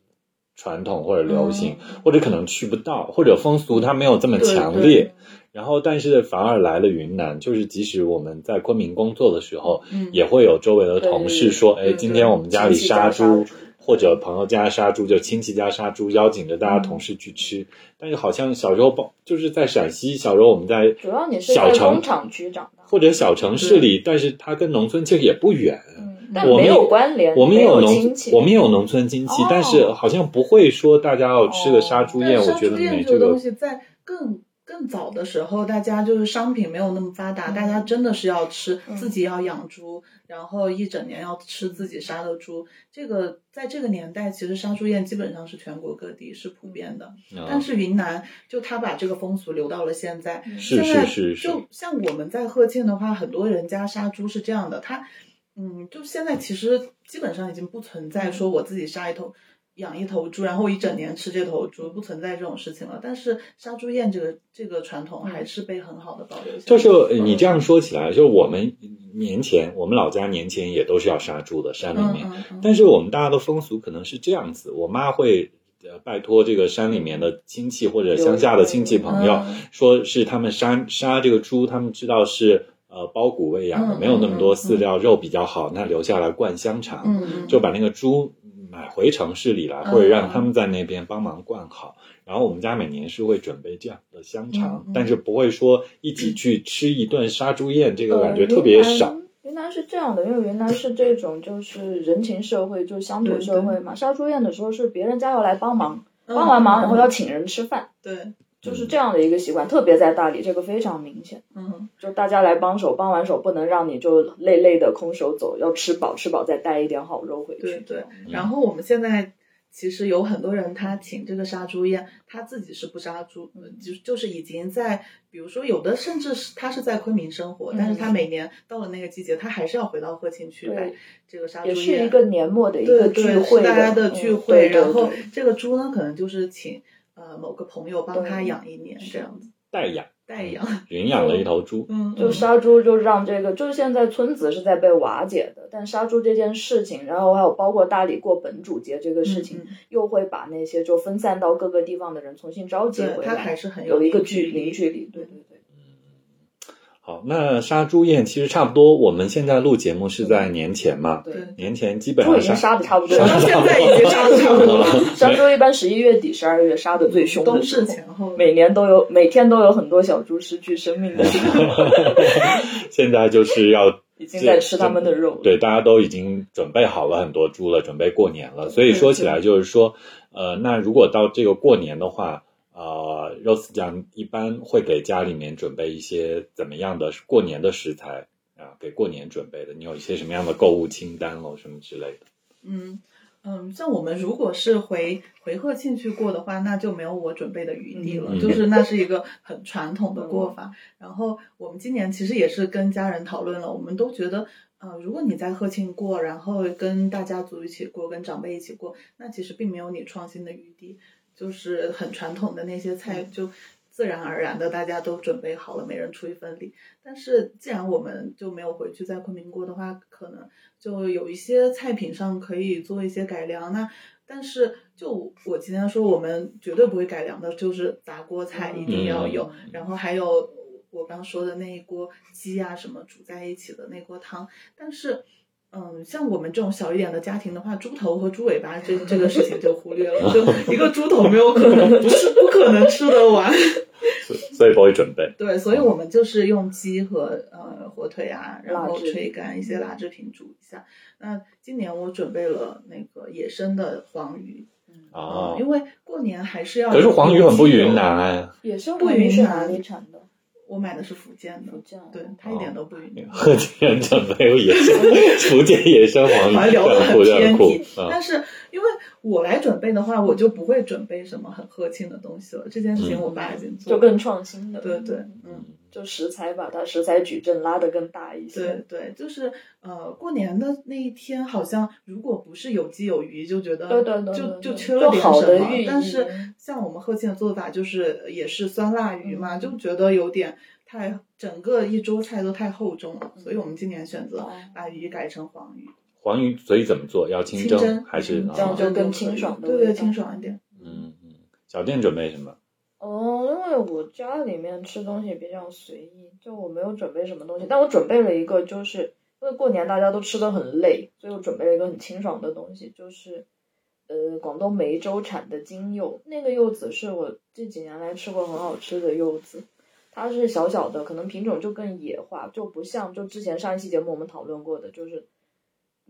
S3: 传统或者流行，或者可能去不到，或者风俗它没有这么强烈。然后，但是反而来了云南，就是即使我们在昆明工作的时候，
S1: 嗯
S3: 也会有周围的同事说：“
S2: 对对
S3: 哎，今天我们家里杀
S2: 亲
S3: 猪
S2: 戚家杀猪，
S3: 或者朋友家杀猪，就亲戚家杀猪，邀请着大家同事去吃。”
S2: 嗯
S3: 但是好像小时候包就是在陕西，小时候我们在
S2: 主要你是在
S3: 小城
S2: 工厂区长大，
S3: 或者小城市里，但是它跟农村其实也不远。
S2: 嗯，但
S3: 我们
S2: 没有
S3: 也
S2: 关联，
S3: 我们也
S2: 没有
S3: 农
S2: 亲，戚，
S3: 我们也有农村亲戚
S2: 哦，
S3: 但是好像不会说大家要吃个杀猪
S1: 但
S3: 宴，我
S1: 杀
S3: 觉
S1: 猪
S3: 得
S1: 宴
S3: 没
S1: 这
S3: 这
S1: 个东
S3: 个。
S1: 西在更更早的时候，大家就是商品没有那么发达，大家真的是要吃
S2: 嗯
S1: 自己要养猪，然后一整年要吃自己杀的猪。这个在这个年代，其实杀猪宴基本上是全国各地是普遍的，但
S3: 嗯
S1: 是云南就他把这个风俗留到了现在，
S2: 嗯
S3: 是
S1: 现在
S3: 是是是，
S1: 就像我们在鹤庆的话，很多人家杀猪是这样的，他，嗯，就现在其实基本上已经不存在
S3: 嗯
S1: 说我自己杀一头、养一头猪，然后我一整年吃这头猪，不存在这种事情了。但是杀猪宴这个这个传统还是被很好的保留下来。
S3: 嗯就是呃你这样说起来，就是我们年前，我们老家年前也都是要杀猪的，山里
S1: 嗯
S3: 面。
S1: 嗯嗯，
S3: 但是我们大家的风俗可能是这样子，我妈会呃拜托这个山里面的亲戚或者乡下的亲戚朋友，
S1: 嗯
S3: 说是他们杀杀这个猪，他们知道是呃包谷喂养的，
S1: 嗯
S3: 没有那么多
S1: 嗯
S3: 饲料，肉比较好，那留下来灌香肠。
S1: 嗯嗯，
S3: 就把那个猪买回城市里来，
S1: 嗯
S3: 或者让他们在那边帮忙灌好。然后我们家每年是会准备这样的香
S1: 嗯
S3: 肠，
S1: 嗯
S3: 但是不会说一起去吃一顿杀猪宴，这
S1: 嗯
S3: 个
S2: 呃
S3: 感觉特别少。。
S2: 云南云南是这样的，因为云南是这种就是人情社会，就是乡土社会嘛。杀猪宴的时候是别人家要来帮忙，帮完忙然后要请人吃饭，
S1: 嗯对，
S2: 就是这样的一个习惯。特别在大理，这个非常明显，
S1: 嗯
S2: 就大家来帮手，帮完手不能让你就累累的空手走，要吃饱，吃饱再带一点好肉回去。
S1: 对对。
S2: 嗯
S1: 然后我们现在。其实有很多人，他请这个杀猪宴，他自己是不杀猪，
S2: 嗯
S1: 呃就就是已经在，比如说有的甚至是他是在昆明生活，
S2: 嗯
S1: 但是他每年到了那个季节，他还是要回到鹤庆去摆
S2: 对，
S1: 这个杀猪
S2: 也
S1: 宴，
S2: 是一个年末的一个
S1: 啊对
S2: 聚
S1: 对，
S2: 会
S1: 是大家
S2: 的
S1: 的
S2: 嗯
S1: 聚会，
S2: 对对
S1: 然后
S2: 对
S1: 这个猪呢，可能就是请呃某个朋友帮
S2: 对
S1: 他养一年这样子，
S3: 代养
S1: 代养，
S3: 云养了一头猪，
S1: 嗯，
S2: 就杀猪就让这个，就是现在村子是在被瓦解的，但杀猪这件事情，然后还有包括大理过本主节这个事情，
S1: 嗯嗯
S2: 又会把那些就分散到各个地方的人重新召集
S1: 对，
S2: 回
S1: 他
S2: 来，
S1: 还是很
S2: 有一个
S1: 距
S2: 距离距离，对对对，
S3: 好好，那杀猪宴其实差不多，我们现在录节目是在年前嘛，
S2: 对，
S3: 年前基本
S2: 猪
S3: 上
S2: 已经
S3: 杀
S2: 杀的差不多
S1: 我到
S2: 了，
S1: 现在已经差不多 了，
S2: 杀猪一般十一月底、十二月杀的最凶
S1: 冬
S2: 的时
S1: 至
S2: 候，
S1: 前后。
S2: 每年都有，每天都有很多小猪失去生 命的时候，
S3: 现在就是要
S2: 已经在吃他们的肉了。
S3: 对，大家都已经准备好了很多猪了，准备过年了。所以说起来就是说，呃，那如果到这个过年的话，呃，Rose 酱一般会给家里面准备一些怎么样的过年的食材啊？给过年准备的，你有一些什么样的购物清单喽，什么之类的？
S1: 嗯嗯，像我们如果是回回鹤庆去过的话，那就没有我准备的余地了，
S3: 嗯
S1: 就是 那是一个很传统的过法。然后我们今年其实也是跟家人讨论了，我们都觉得。呃，如果你在鹤庆过，然后跟大家族一起过，跟长辈一起过，那其实并没有你创新的余地，就是很传统的那些菜，
S3: 嗯
S1: 就自然而然的大家都准备好了，每人出一份力。但是既然我们就没有回去在昆明过的话，可能就有一些菜品上可以做一些改良。那但是就我今天说，我们绝对不会改良的，就是杂锅菜一定要有，
S2: 嗯
S1: 然后还有我刚说的那一锅鸡啊什么煮在一起的那锅汤。但是，嗯，像我们这种小一点的家庭的话，猪头和猪尾巴这这个事情就忽略了，就一个猪头没有可能不是不可能吃得完。
S3: 所以所以不会准备。
S1: 对，所以我们就是用鸡和呃火腿啊，然后
S2: 辣制
S1: 吹干一些辣制品煮一下。那今年我准备了那个野生的黄鱼，
S3: 哦
S1: 嗯因为过年还是要。
S3: 可是黄鱼很不云。南哎，
S2: 野生
S1: 不
S2: 不
S1: 允
S2: 允
S1: 许
S2: 许
S1: 拿
S2: 哪
S1: 里
S2: 里产的？
S1: 我买的是福建的
S2: 福，建。
S1: 对，它
S3: 哦
S1: 一点都不云南。
S3: 贺建准备野生 福建野生黄鱼，
S1: 好像聊得
S3: 很
S1: 很
S3: 酷，很
S1: 偏
S3: 酷
S1: 题。，
S3: 嗯
S1: 但是因为我来准备的话，我就不会准备什么很和庆的东西了。这件事
S3: 嗯
S2: 嗯
S1: 情我爸已经做
S2: 就
S1: 了，
S2: 更创新的，
S1: 对对，嗯。
S2: 就食材把它食材矩阵拉得更大一些。
S1: 对对，就是呃，过年的那一天，好像如果不是有鸡有鱼，就觉得
S2: 对对对
S1: 就
S2: 对
S1: 就
S2: 对
S1: 缺了
S2: 就
S1: 点
S2: 好
S1: 什
S2: 的
S1: 么
S2: 寓。
S1: 但
S2: 意
S1: 是像我们贺庆的做法，就是呃也是酸辣鱼嘛，就
S2: 嗯
S1: 觉得有点太整个一桌菜都太厚重了，所以我们今年选择
S2: 哦
S1: 把鱼改成黄鱼，
S3: 黄鱼所以怎么做？要清
S1: 清蒸
S3: 还是
S1: 嗯
S3: 啊
S2: 这样就
S1: 蒸
S2: 更
S1: 可
S2: 清
S1: 以
S2: 爽的
S1: 对
S2: 味
S1: 对，
S2: 道
S1: 清爽一点。
S3: 嗯嗯，小店准备什么？
S2: 哦，因为我家里面吃东西比较随意，就我没有准备什么东西，但我准备了一个，就是因为过年大家都吃的很累，所以我准备了一个很清爽的东西，就是呃广东梅州产的金柚，那个柚子是我这几年来吃过很好吃的柚子。它是小小的，可能品种就更野化，就不像就之前上一期节目我们讨论过的，就是，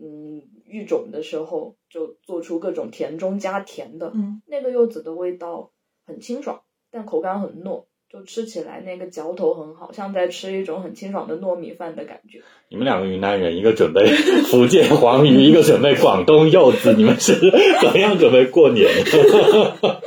S2: 嗯，育种的时候就做出各种甜中加甜的，
S1: 嗯，
S2: 那个柚子的味道很清爽，但口感很糯，就吃起来那个嚼头很好，像在吃一种很清爽的糯米饭的感 觉。
S3: 你们两个云南人，一个准备 福建黄鱼，一个准备广东柚子，你们是怎么样准备过年 的？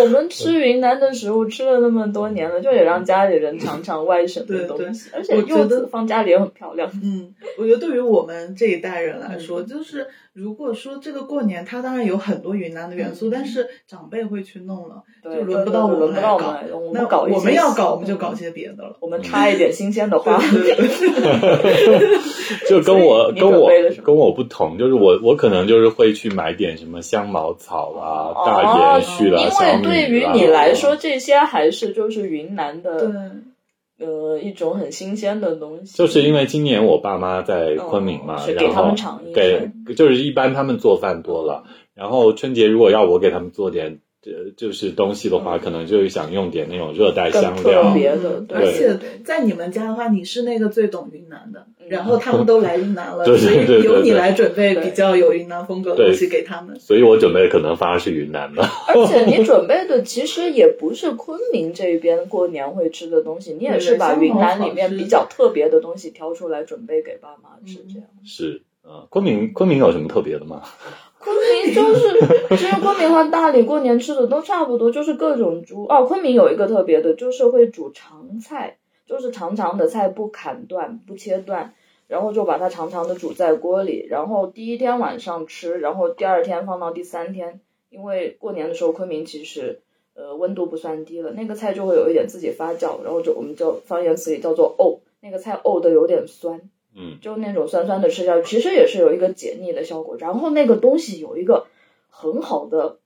S2: 我们吃云南的食物吃了那么多年了，就也让家里人尝尝外省的
S1: 对对
S2: 东西，而
S1: 我
S2: 且
S1: 觉
S2: 柚
S1: 得
S2: 子放家里也很漂亮。
S1: 嗯，我觉得对于我们这一代人
S2: 嗯
S1: 来说，就是如果说这个过年，它当然有很多云南的元素，
S2: 嗯
S1: 但是长辈会去弄了，
S2: 对
S1: 就
S2: 对
S1: 轮不
S2: 对
S1: 到
S2: 对
S1: 我们
S2: 轮不
S1: 来
S2: 到我
S1: 搞
S2: 们来我
S1: 那
S2: 们搞一
S1: 我
S2: 些
S1: 们要搞，
S2: 新
S1: 我们就
S2: 的
S1: 搞些别的了。
S2: 我们插一点新鲜的花，
S1: 对对对，
S3: 就跟我
S2: 所以你
S3: 跟
S2: 准
S3: 我
S2: 备了什么
S3: 跟我不同，就是我我可能就是会去买点什么香茅草啦、
S2: 哦
S3: 大延续啦、小
S2: 因为
S3: 米啊
S2: 对于你
S3: 啦
S2: 来说，，这些还是就是云南
S1: 对
S2: 的
S3: 嗯
S2: 呃一种很新鲜的东西。
S3: 就是因为今年我爸妈在昆明嘛，
S2: 嗯是
S3: 然后
S2: 给他们尝一
S3: 给就是一般他们做饭多了，然后春节如果要我给他们做点呃就是东西的话，
S2: 嗯
S3: 可能就想用点那种热带
S2: 更
S3: 香
S2: 特
S3: 料。
S2: 别的，对
S1: 而且
S2: 对
S1: 在你们家的话，你是那个最懂云南的，
S2: 嗯
S1: 然后他们都来云南了，
S3: 对
S1: 所
S3: 对对
S1: 以
S3: 对
S1: 由你
S3: 对
S1: 来准备
S2: 对
S1: 比较有云南风格的
S3: 对
S1: 东西给他们。
S3: 所以我准备可能反而是云南的，
S2: 而且你准备的其实也不是昆明这边过年会吃的东西，你也是把云南里面比较特别的东西挑出来准备给爸妈吃，这样。
S3: 是嗯，昆明昆明有什么特别的吗？
S2: 昆明 就是，其实昆明和大理过年吃的都差不多，就是各种猪。哦，昆明有一个特别的，就是会煮长菜，就是长长的菜不砍断、不切断，然后就把它长长的煮在锅里，然后第一天晚上吃，然后第二天放到第三天，因为过年的时候昆明其实。呃，温度不算低了，那个菜就会有一点自己发酵，然后就我们叫方言词里叫做沤，那个菜沤的有点酸，
S3: 嗯，
S2: 就那种酸酸的吃下去，其实也是有一个解腻的效果。然后那个东西有一个很好的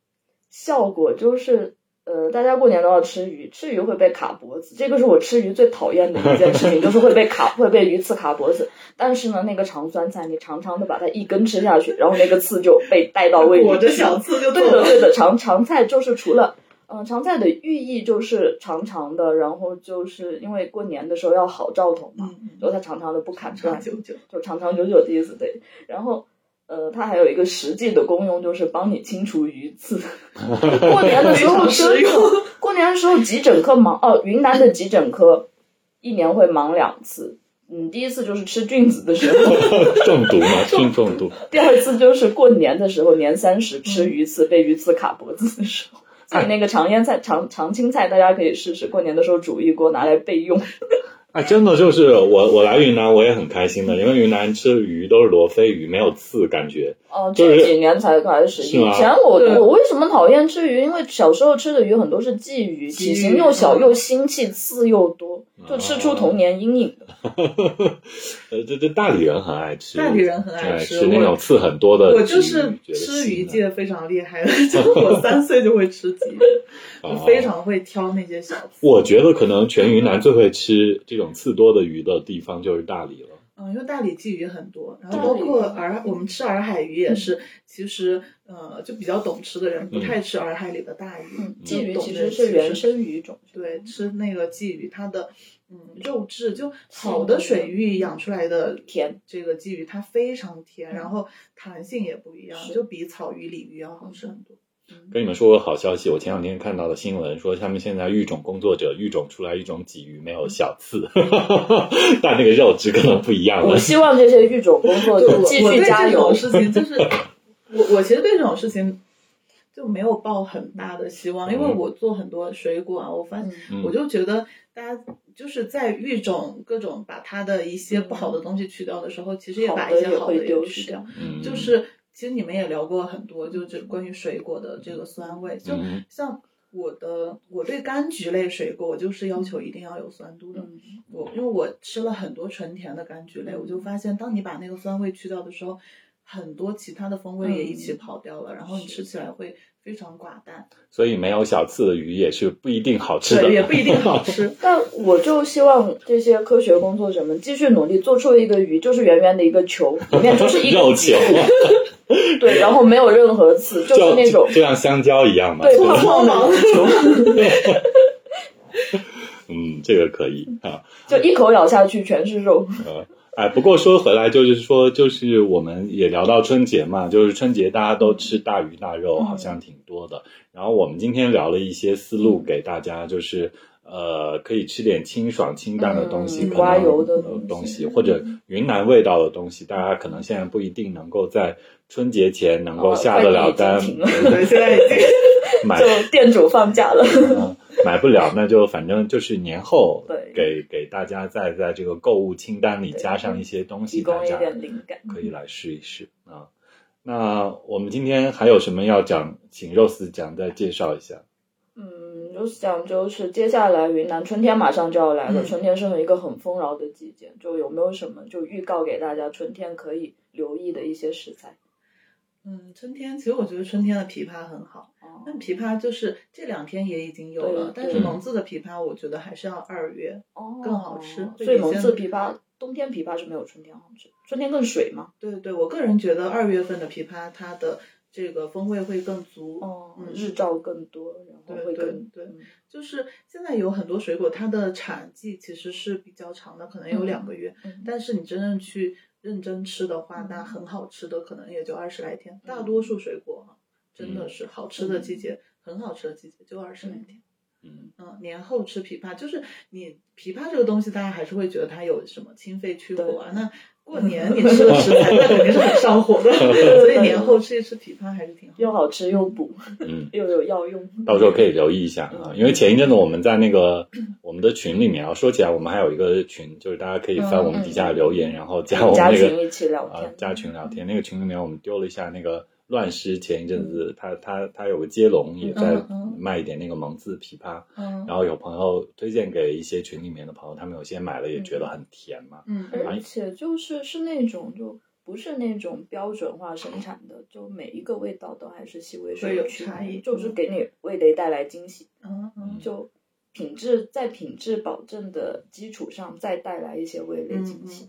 S2: 效果，就是呃，大家过年都要吃鱼，吃鱼会被卡脖子，这个是我吃鱼最讨厌的一件事情，就是会被卡， 会被鱼刺卡脖子。但是呢，那个长酸菜，你长长的把它一根吃下去，然后那个刺就被带到胃里去。
S1: 裹着小刺就
S2: 对
S1: 走
S2: 的，
S1: 了。
S2: 对的，长长菜就是除了，嗯、长菜的寓意就是长长的，然后就是因为过年的时候要好兆头嘛，
S1: 嗯，
S2: 然后它长长的不砍
S1: 长，
S2: 断
S1: 久久，
S2: 就长长久久的意思，对。然后，呃，它还有一个实际的功用，就是帮你清除鱼刺。 过年的时候真
S1: 非常实
S2: 的
S1: 用，
S2: 过年的时候急诊科忙哦，云南的急诊科一年会忙两次。嗯，第一次就是吃菌子的时候，
S3: 中毒嘛，菌中毒。
S2: 第二次就是过年的时候，年三十吃鱼
S1: 嗯
S2: 刺被鱼刺卡脖子的时候。所
S1: 哎
S2: 以那个长腌菜、长长青菜，大家可以试试，过年的时候煮一锅拿来备用。
S3: 哎，真的就是我，我来云南我也很开心的，因为云南吃鱼都是罗非鱼，没有刺，感觉
S2: 哦，
S3: 就是
S2: 这几年才开始。
S3: 是
S2: 以
S3: 吗
S2: 前我
S1: 对
S2: 我为什么讨厌吃鱼？因为小时候吃的鱼很多是鲫鱼，
S1: 鲫鱼嗯
S2: 体型又小又腥气，刺又多，
S3: 嗯
S2: 就吃出童年阴影。
S3: 呃，这这大理人很爱吃，
S1: 大理人很爱
S3: 对
S1: 吃
S3: 吃那
S1: 我
S3: 种刺很多的鲫鱼。
S1: 我就是
S3: 觉得
S1: 吃
S3: 腥啊
S1: 鱼
S3: 的
S1: 界非常厉害的，就是我三岁就会吃鲫鱼，就
S3: 哦
S1: 非常会挑那些小刺。
S3: 我觉得可能全云南最会吃这种刺多的鱼的地方就是大理了。
S1: 嗯，因为大理鲫鱼很多，然后
S2: 大
S1: 包
S2: 理嗯
S1: 括洱，我们吃洱海鱼也是，其实呃，就比较懂吃的人不
S3: 嗯
S1: 太吃洱海里的大鱼，
S2: 嗯，
S1: 就
S2: 鲫鱼
S1: 懂
S2: 其
S1: 得
S2: 实是原生鱼种。
S1: 对，吃那个鲫鱼，它的嗯肉质就好的水域养出来的
S2: 嗯甜，
S1: 这个鲫鱼它非常甜，
S2: 嗯
S1: 然后弹性也不一样，
S2: 是嗯
S1: 就比草鱼、鲤鱼要好吃很多。嗯
S3: 跟你们说个好消息，我前两天看到的新闻说，他们现在育种工作者育种出来一种鲫鱼，没有小刺， 但那个肉质可能不一样
S2: 我
S3: 了。
S2: 希望这些育种工作
S1: 对，我
S2: 者
S1: 我
S2: 继
S1: 对
S2: 续加
S1: 这
S2: 油
S1: 种。事情就是我我其实对这种事情就没有抱很大的希望，因为
S3: 嗯
S1: 我做很多水果啊，我发现
S3: 嗯
S1: 我就觉得大家就是在育种各种把它的一些不好的东西去掉的时候，其实也
S2: 好
S1: 把
S2: 的
S1: 一
S2: 也
S1: 些好
S2: 会
S1: 的也
S2: 丢
S1: 去
S2: 失
S1: 掉。
S3: 嗯
S1: 就是其实你们也聊过很多，就是关于水果的这个酸味，就
S3: 嗯
S1: 像我的我对柑橘类水果，我就是要求一定要有酸度的。
S2: 嗯
S1: 我因为我吃了很多纯甜的柑橘类，我就发现当你把那个酸味去掉的时候，很多其他的风味也一
S2: 嗯
S1: 起跑掉了，然后你吃起来会非常寡淡，
S3: 所以没有小刺的鱼也是不一定好吃的。
S1: 对，也不一定好 吃。
S2: 但我就希望这些科学工作者们继续努力，做出一个鱼，就是圆圆的一个球，里面就是一
S3: 肉
S2: 个
S3: 球，
S2: 对，然后没有任何刺，就
S3: 就是
S2: 那种
S3: 就像香蕉一样嘛。
S2: 对
S3: 就
S2: 胖胖的鱼 球。
S3: 嗯，这个可以啊。
S2: 就一口咬下去全是肉。
S3: 哎，不过说回来，就是说，就是我们也聊到春节嘛，就是春节大家都吃大鱼大肉，
S2: 嗯
S3: 好像挺多的。然后我们今天聊了一些思路
S2: 嗯
S3: 给大家，就是呃，可以吃点清爽清淡的东西，
S2: 嗯
S3: 可能
S2: 刮油的
S3: 呃
S2: 东西嗯
S3: 东西，或者云南味道的东西，大家可能现在不一定能够在春节前能够
S2: 哦
S3: 下得了单
S2: 快递已，经停了
S1: 对，现在已经
S3: 买
S2: 就店主放假了。
S3: 嗯买不了，那就反正就是年后
S2: 对
S3: 给给大家再在这个购物清单里加上一些东西，
S2: 提
S3: 大
S2: 供一
S3: 家
S2: 点灵感
S3: 可以来试一试啊。那我们今天还有什么要讲？请 Rose 讲再介绍一下。
S2: 嗯，就是讲就是接下来云南春天马上就要来了，
S1: 嗯
S2: 春天是一个很丰饶的季节，就有没有什么就预告给大家春天可以留意的一些食材？
S1: 嗯，春天其实我觉得春天的枇杷很好，
S2: 哦
S1: 但枇杷就是这两天也已经有了
S2: 对，
S1: 但是
S2: 对
S1: 蒙自的枇杷我觉得还是要二月，
S2: 哦，
S1: 更好吃
S2: 所以
S1: 对
S2: 蒙
S1: 比
S2: 自
S1: 现
S2: 枇杷，冬天枇杷是没有春天好吃，春天更水嘛。
S1: 对对，我个人觉得二月份的枇杷它的这个风味会更足，
S2: 哦
S1: 嗯，
S2: 日照更多，然后
S1: 对
S2: 会
S1: 对
S2: 更
S1: 对
S2: 嗯
S1: 就是现在有很多水果，它的产季其实是比较长的，可能有
S2: 嗯
S1: 两个月。
S2: 嗯
S1: 但是你真正去认真吃的话，
S2: 嗯
S1: 那很好吃的可能也就二十来天。大多数水果哈，真
S2: 嗯
S1: 的是好吃的季节，很好吃的季节就二十来天。
S3: 嗯，
S1: 嗯，年后吃枇杷，就是你枇杷这个东西，大家还是会觉得它有什么清肺去火啊。那过年你吃的食材，那肯定是很上火的， 所以年后吃一吃枇杷还是挺好的。
S2: 又好吃又补，
S3: 嗯
S2: 又有药用。
S3: 到时候可以留意一下啊，因为前一阵子我们在那 个我们的群里面啊，说起来我们还有一个群，就是大家可以翻我们底下留言，然后加我
S2: 嗯加
S3: 们那个
S2: 群一起聊天嗯
S3: 啊，加群聊天。那个群里面我们丢了一下那个乱诗，前一阵子他他他有个接龙也在
S1: 嗯嗯
S3: 卖一点那个蒙自枇杷，
S1: 嗯
S3: 然后有朋友推荐给一些群里面的朋友，他们有些买了也觉得很甜嘛。
S1: 嗯，
S2: 而且就是是那种就不是那种标准化生产的，就每一个味道都还是细微
S1: 会有
S2: 区
S1: 差异
S2: 别，就是给你味蕾带来惊喜。
S1: 嗯嗯
S2: 就品质在品质保证的基础上，再带来一些味蕾惊喜。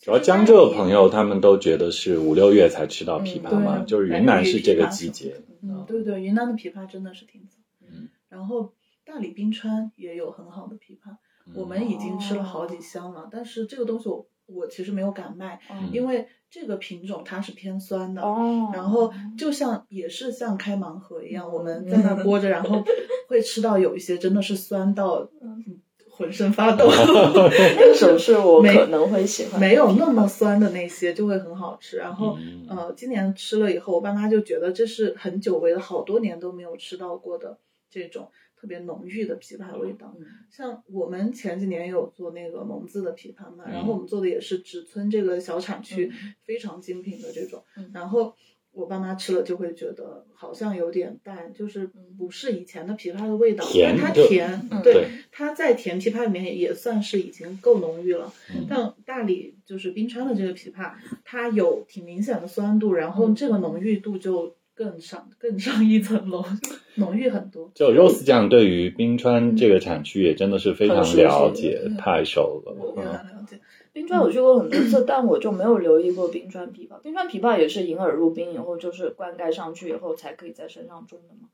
S3: 主要江浙的朋友他们都觉得是五六月才吃到枇杷嘛，
S1: 嗯对
S3: 就是云南是这个季节。
S1: 嗯，对对，云南的枇杷真的是挺早。
S3: 嗯，
S1: 然后大理冰川也有很好的枇杷，
S3: 嗯
S1: 我们已经吃了好几箱了，但是这个东西我我其实没有敢卖，
S2: 嗯
S1: 因为这个品种它是偏酸的。
S2: 哦，
S1: 嗯然后就像也是像开盲盒一样，我们在那剥着，然后会吃到有一些真的是酸到嗯浑身发抖，
S2: 那种是我
S1: 没
S2: 可能会喜欢，
S1: 没有那么酸的那些就会很好吃。然后
S3: 嗯
S1: 呃，今年吃了以后，我爸妈就觉得这是很久违的，好多年都没有吃到过的这种特别浓郁的枇杷味道。
S2: 嗯
S1: 像我们前几年也有做那个蒙自的枇杷嘛，
S3: 嗯
S1: 然后我们做的也是只村这个小产区
S2: 嗯
S1: 非常精品的这种
S2: 嗯，
S1: 然后。我爸妈吃了就会觉得好像有点淡，就是
S2: 嗯
S1: 不是以前的枇杷的味道，因
S3: 甜
S1: 为它
S3: 就
S1: 甜，
S2: 嗯
S1: 对
S3: 对，
S1: 它在甜枇杷里面也算是已经够浓郁了。
S3: 嗯
S1: 但大理就是冰川的这个枇杷，它有挺明显的酸度，然后这个浓郁度就更上更上一层楼， 浓郁很多。
S3: 就 Rose 酱对于冰川这个产区也真的是非常了解，
S1: 嗯
S3: 太熟了。嗯
S1: 我也很了解，
S2: 冰川
S1: 嗯
S2: 我去过很多次，但我就没有留意过冰川枇杷。冰川枇杷也是银耳入冰以后，就是灌溉上去以后才可以在山上种的嘛。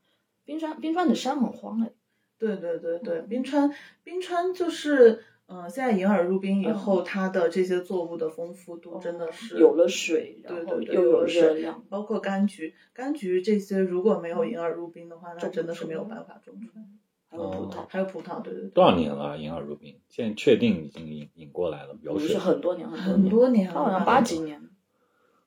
S2: 冰川冰川的山很荒哎，
S1: 对对对对，
S2: 嗯
S1: 冰川冰川就是。嗯、现在银耳入冰以后，
S2: 嗯哦
S1: 它的这些作物的丰富度真的是
S2: 有了水，
S1: 对
S2: 然后
S1: 对对，
S2: 又
S1: 有
S2: 有
S1: 了
S2: 热
S1: 水
S2: 量，嗯
S1: 包括柑橘，柑橘这些如果没有银耳入冰的话，那
S2: 种不嗯
S1: 真的是
S2: 出
S1: 没有
S2: 来
S1: 办法种出来。
S2: 还有葡
S3: 哦
S2: 萄，
S1: 还有葡萄，对对对，
S3: 多少年了？银耳如冰，现在确定已经引引过来了，有
S2: 不
S3: 水
S2: 是。很多年很多
S1: 很
S2: 年，
S1: 多年
S2: 它
S1: 了，
S2: 好像八几年，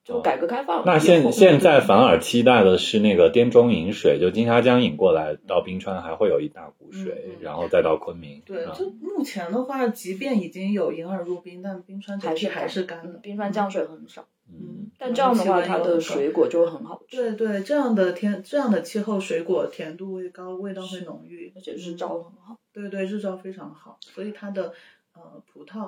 S2: 就改革开放以后。
S3: 哦那现现在反而期待的是那个滇中引水，就金沙江引过来到冰川还会有一大股水，
S1: 嗯嗯
S3: 然后再到昆明。
S1: 对，
S3: 啊
S1: 就目前的话，即便已经有银耳入冰，但冰川整
S2: 还
S1: 体
S2: 是
S1: 还是干
S2: 嗯
S1: 的。
S2: 冰川降水很少，
S3: 嗯，
S2: 但这样的
S1: 然
S2: 话，
S1: 后气温
S2: 它
S1: 又
S2: 的
S1: 很高
S2: 水果就会很好吃，
S1: 对对，这样的天，这样的气候，水果甜度会高，味道会浓郁，嗯
S2: 而且日照很 好。
S1: 对对，日照非常好，所以它的呃葡萄，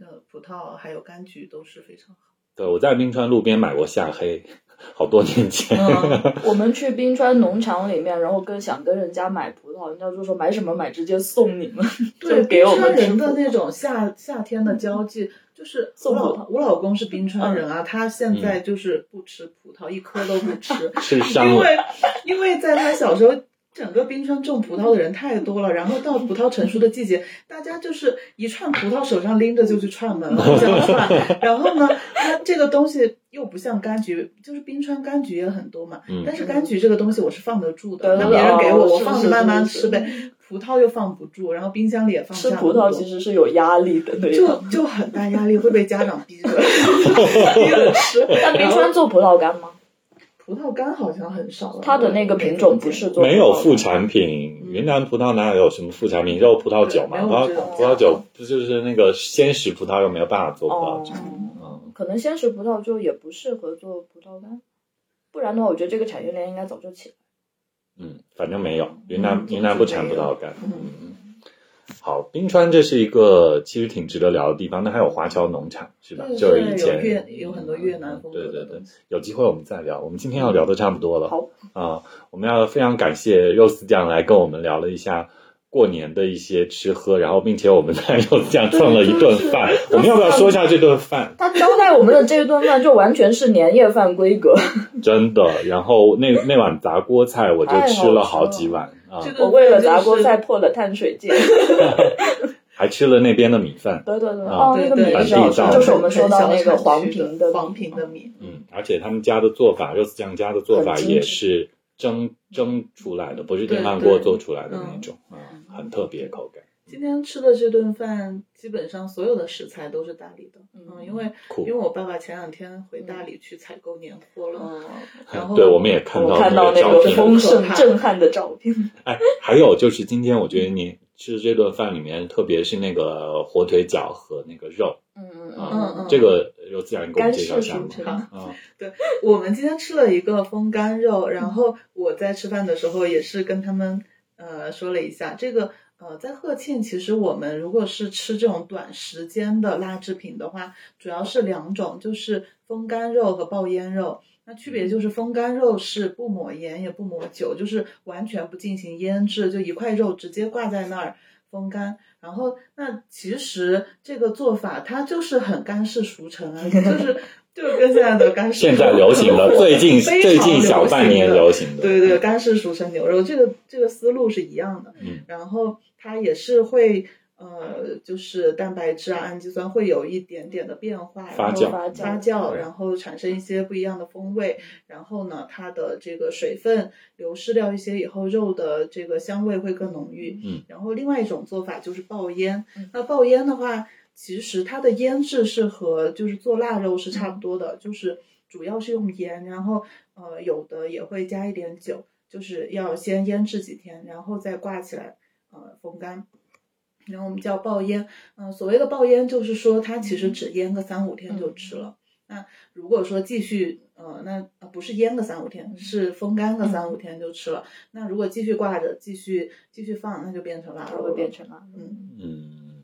S1: 呃葡萄还有柑橘都是非常好。
S3: 对我在冰川路边买过夏黑， 好多年 前。
S1: 嗯，
S2: 我们去冰川农场里面，然后跟想跟人家买葡萄，人家就说买什么买，直接送你们，
S1: 对，
S2: 就给我
S1: 冰
S2: 们吃
S1: 川人
S2: 葡
S1: 的
S2: 萄
S1: 那种夏夏天的交际，就是
S2: 送
S1: 我
S2: 葡
S1: 老
S2: 萄嗯
S1: 我老公是冰川人啊，他现在就是不吃葡萄，一颗都不吃，
S3: 吃伤
S1: 因
S3: 了，
S1: 为因为在他小时候，整个冰川种葡萄的人太多了，然后到葡萄成熟的季节，大家就是一串葡萄手上拎着就去串门了，这样串。然后呢，它这个东西又不像柑橘，就是冰川柑橘也很多嘛，
S3: 嗯
S1: 但是柑橘这个东西我是放得住的，
S2: 对
S1: 那
S2: 对
S1: 别人给我，
S2: 哦
S1: 我
S2: 是
S1: 放
S2: 是
S1: 着慢慢
S2: 是是
S1: 吃呗。葡萄又放不住，然后冰箱里也放不
S2: 吃
S1: 下
S2: 葡
S1: 那么
S2: 萄
S1: 多
S2: 其实是有压力的那
S1: 就
S2: 种。
S1: 就很大压力，会被家长逼 着 逼着吃。
S2: 那冰川做葡萄干吗？
S1: 葡萄干好像很少了，
S2: 它的那个品种不是做
S3: 没有
S2: 复
S3: 副产
S1: 嗯
S3: 品。云南葡萄哪有什么副产品？只有葡萄酒嘛。
S1: 对没
S3: 葡
S1: 有这
S3: 萄
S1: 种
S3: 葡萄酒不就是那个鲜食葡萄又没有办法做葡萄
S2: 哦
S3: 酒？，嗯，
S2: 可能鲜食葡萄就也不适合做葡萄干，不然的话，我觉得这个产业链应该早就起来了。
S3: 嗯，反正没有，云南
S1: 嗯
S3: 云南不产葡萄干。嗯，好，冰川这是一个其实挺值得聊的地方，那还有华侨农场是吧？
S1: 对
S3: 就是
S1: 对
S3: 以
S1: 有
S3: 前嗯
S1: 越有很多越南风格
S3: 对
S1: 的
S3: 对对
S1: 东西，
S3: 有机会我们再聊。我们今天要聊的差不多了。
S2: 好
S3: 啊、我们要非常感谢 Rose 酱来跟我们聊了一下。过年的一些吃喝，然后并且我们在 Rose 酱蹭了一顿饭，我们要不要说一下这顿饭？
S2: 他招待我们的这一顿饭就完全是年夜饭规格，
S3: 真的。然后那那碗砸锅菜，我就吃了好几碗啊，
S1: 这个
S2: 我为了砸
S1: 就是
S2: 锅菜破了碳水 戒。
S3: 还吃了那边的米饭。
S2: 对对对，
S3: 啊
S2: 哦，那个
S1: 对
S2: 米
S3: 对
S2: 比较好
S3: 对
S2: 吃，就是我们说到那个
S1: 很小
S2: 黄
S1: 产区
S2: 平的米
S1: 黄平的米，
S3: 嗯，而且他们家的做法，Rose 酱家的做法
S2: 很精致
S3: 也是蒸蒸出来的，不是
S1: 对
S3: 电饭
S1: 对
S3: 锅做出来的那种啊，很特别口感。
S1: 今天吃的这顿饭，基本上所有的食材都是大理的，嗯，因为
S3: 酷
S1: 因为我爸爸前两天回大理去采购年货了，
S2: 嗯，
S1: 然后
S3: 对，我们也看
S2: 我
S3: 到
S2: 看到那
S3: 那照
S2: 个
S3: 片。
S2: 丰盛震撼的照 片，嗯
S3: 哎，还有就是今天我觉得你吃这顿饭里面，特别是那个火腿饺和那个肉
S2: 嗯嗯
S3: 啊，
S1: 嗯
S3: 这个 Rose 酱你给我们
S2: 干
S3: 介
S2: 式
S3: 绍一下吗
S2: 蔬？菜，
S1: 好
S3: 啊，
S1: 我们今天吃了一个风干肉，然后我在吃饭的时候也是跟他们呃说了一下，这个呃，在鹤庆，其实我们如果是吃这种短时间的辣制品的话，主要是两种，就是风干肉和爆腌肉。那区别就是风干肉是不抹盐也不抹酒，就是完全不进行腌制，就一块肉直接挂在那儿风干。然后，那其实这个做法它就是很干式熟成啊， 就是就是跟现在的干式
S3: 现在流行的，最近
S1: 非常
S3: 最近小半年
S1: 流
S3: 流行的，
S1: 对对，干式熟成牛肉这个这个思路是一样的。
S3: 嗯，
S1: 然后它也是会呃，就是蛋白质啊、氨基酸会有一点点的变化，然
S3: 发
S1: 后
S3: 酵
S2: 发酵嗯
S1: 发酵，然后产生一些不一样的风味。然后呢，它的这个水分流失掉一些以后，肉的这个香味会更浓郁。
S3: 嗯，
S1: 然后另外一种做法就是爆腌
S2: 嗯。
S1: 那爆腌的话，其实它的腌制是和就是做腊肉是差不多的，就是主要是用盐，然后呃有的也会加一点酒，就是要先腌制几天，然后再挂起来呃风干。然后我们叫爆腌，嗯、所谓的爆腌就是说它其实只腌个三五天就吃了。
S2: 嗯
S1: 那如果说继续，呃，那呃不是腌个三五天，是风干个
S2: 嗯
S1: 三五天就吃了。那如果继续挂着，继续继续放，那就变成腊
S2: 它
S1: 肉
S2: 会
S1: 了。
S2: 变成腊肉。
S1: 嗯
S3: 嗯，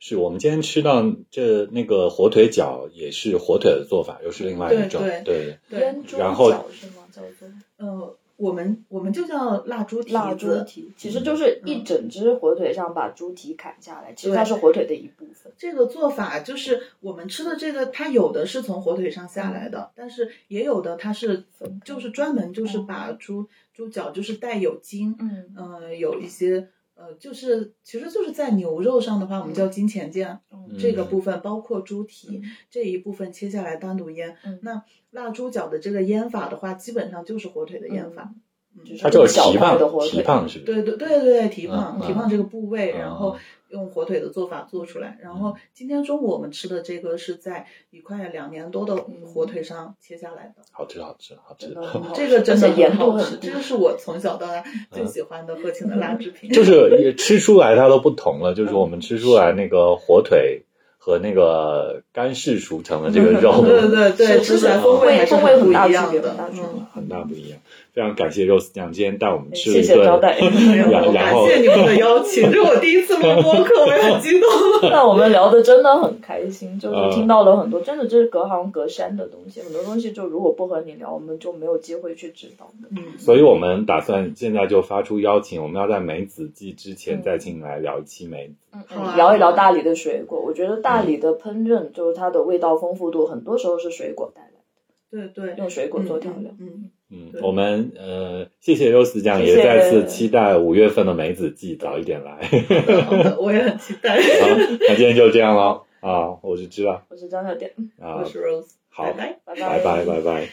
S3: 是我们今天吃到这那个火腿饺也是火腿的做法，又是另外一种，
S1: 对
S3: 对
S1: 对，
S2: 猪
S3: 然后
S2: 脚是吗？叫做
S1: 呃，我们我们就叫腊猪蹄
S2: 腊猪
S1: 子。
S3: 嗯
S2: 蹄，其实就是一整只火腿上把猪蹄砍下来，其实它是火腿的一部分。
S1: 这个做法就是我们吃的这个，它有的是从火腿上下来的，但是也有的它是就是专门
S2: 哦
S1: 就是把猪、猪脚就是带有筋，
S2: 嗯，
S1: 呃，有一些呃，就是其实就是在牛肉上的话，我们叫金钱腱。
S3: 嗯
S1: 这个部分包括猪蹄、
S2: 嗯
S1: 这一部分切下来单独腌。
S2: 嗯
S1: 那腊猪脚的这个腌法的话，基本上就是火腿的腌法。
S2: 嗯
S1: 嗯
S2: 就是
S3: 它就是
S2: 小
S3: 蹄
S2: 块
S3: 膀
S2: 的火，腿
S3: 蹄膀是不是？
S1: 对对对对对，蹄膀、
S3: 嗯
S1: 蹄膀这个部位，
S3: 嗯
S1: 然后用火腿的做法做出来。然后今天中午我们吃的这个是在一块两年多的
S3: 嗯
S1: 火腿上切下来的，
S3: 好吃好吃好吃
S2: 真，的
S3: 哦
S2: 很好吃
S1: 这个真的
S2: 而且盐
S1: 很好
S2: 度很
S1: 吃，
S3: 嗯
S2: 低
S1: 这个是我从小到大最喜欢的鹤 庆的腊制品。
S3: 就是也吃出来它都不同了，就是我们吃出来那个火腿和那个干式熟成的这个肉，
S1: 嗯对对对对，
S2: 是
S1: 吃起来
S3: 是啊
S1: 风味还是
S2: 风味
S1: 不
S2: 很
S1: 一
S2: 大
S1: 样
S2: 区别
S1: 的
S2: 很大。区别
S1: 嗯，
S3: 很大不一样。非常感谢 Rose 酱今天带我们吃了
S2: 谢
S3: 一
S2: 谢
S3: 顿，
S2: 招 待。
S3: 然后
S1: 哎感谢你们的邀 请，这是我第一次录播客，我也很激动。
S2: 那我们聊的真的很开心，就是
S3: 嗯
S2: 听到了很多，真的这是隔行隔山的东西，很多东西就如果不和你聊，我们就没有机会去知道的。
S1: 嗯，
S3: 所以我们打算现在就发出邀请，我们要在梅子季之前
S2: 嗯
S3: 再请你来聊一期梅子。
S2: 嗯
S1: 好啊
S2: 聊一聊大理的水果，我觉得大理的烹饪就是它的味道丰富度，很多时候是水果带来
S1: 对对
S2: 的，，用水果做调料。
S1: 嗯，
S3: 嗯
S1: 对，
S3: 我们呃，谢谢 Rose 酱，
S2: 谢谢
S3: 也再次期待五月份的梅子季早一点来。
S1: 嗯嗯好的，我也很期待。
S3: 好，那今天就这样了啊，我是知道
S2: 我是张小店，嗯
S3: 啊
S1: 我，是 Rose，
S3: 好，
S1: 拜拜。
S2: 拜
S3: 拜拜拜拜。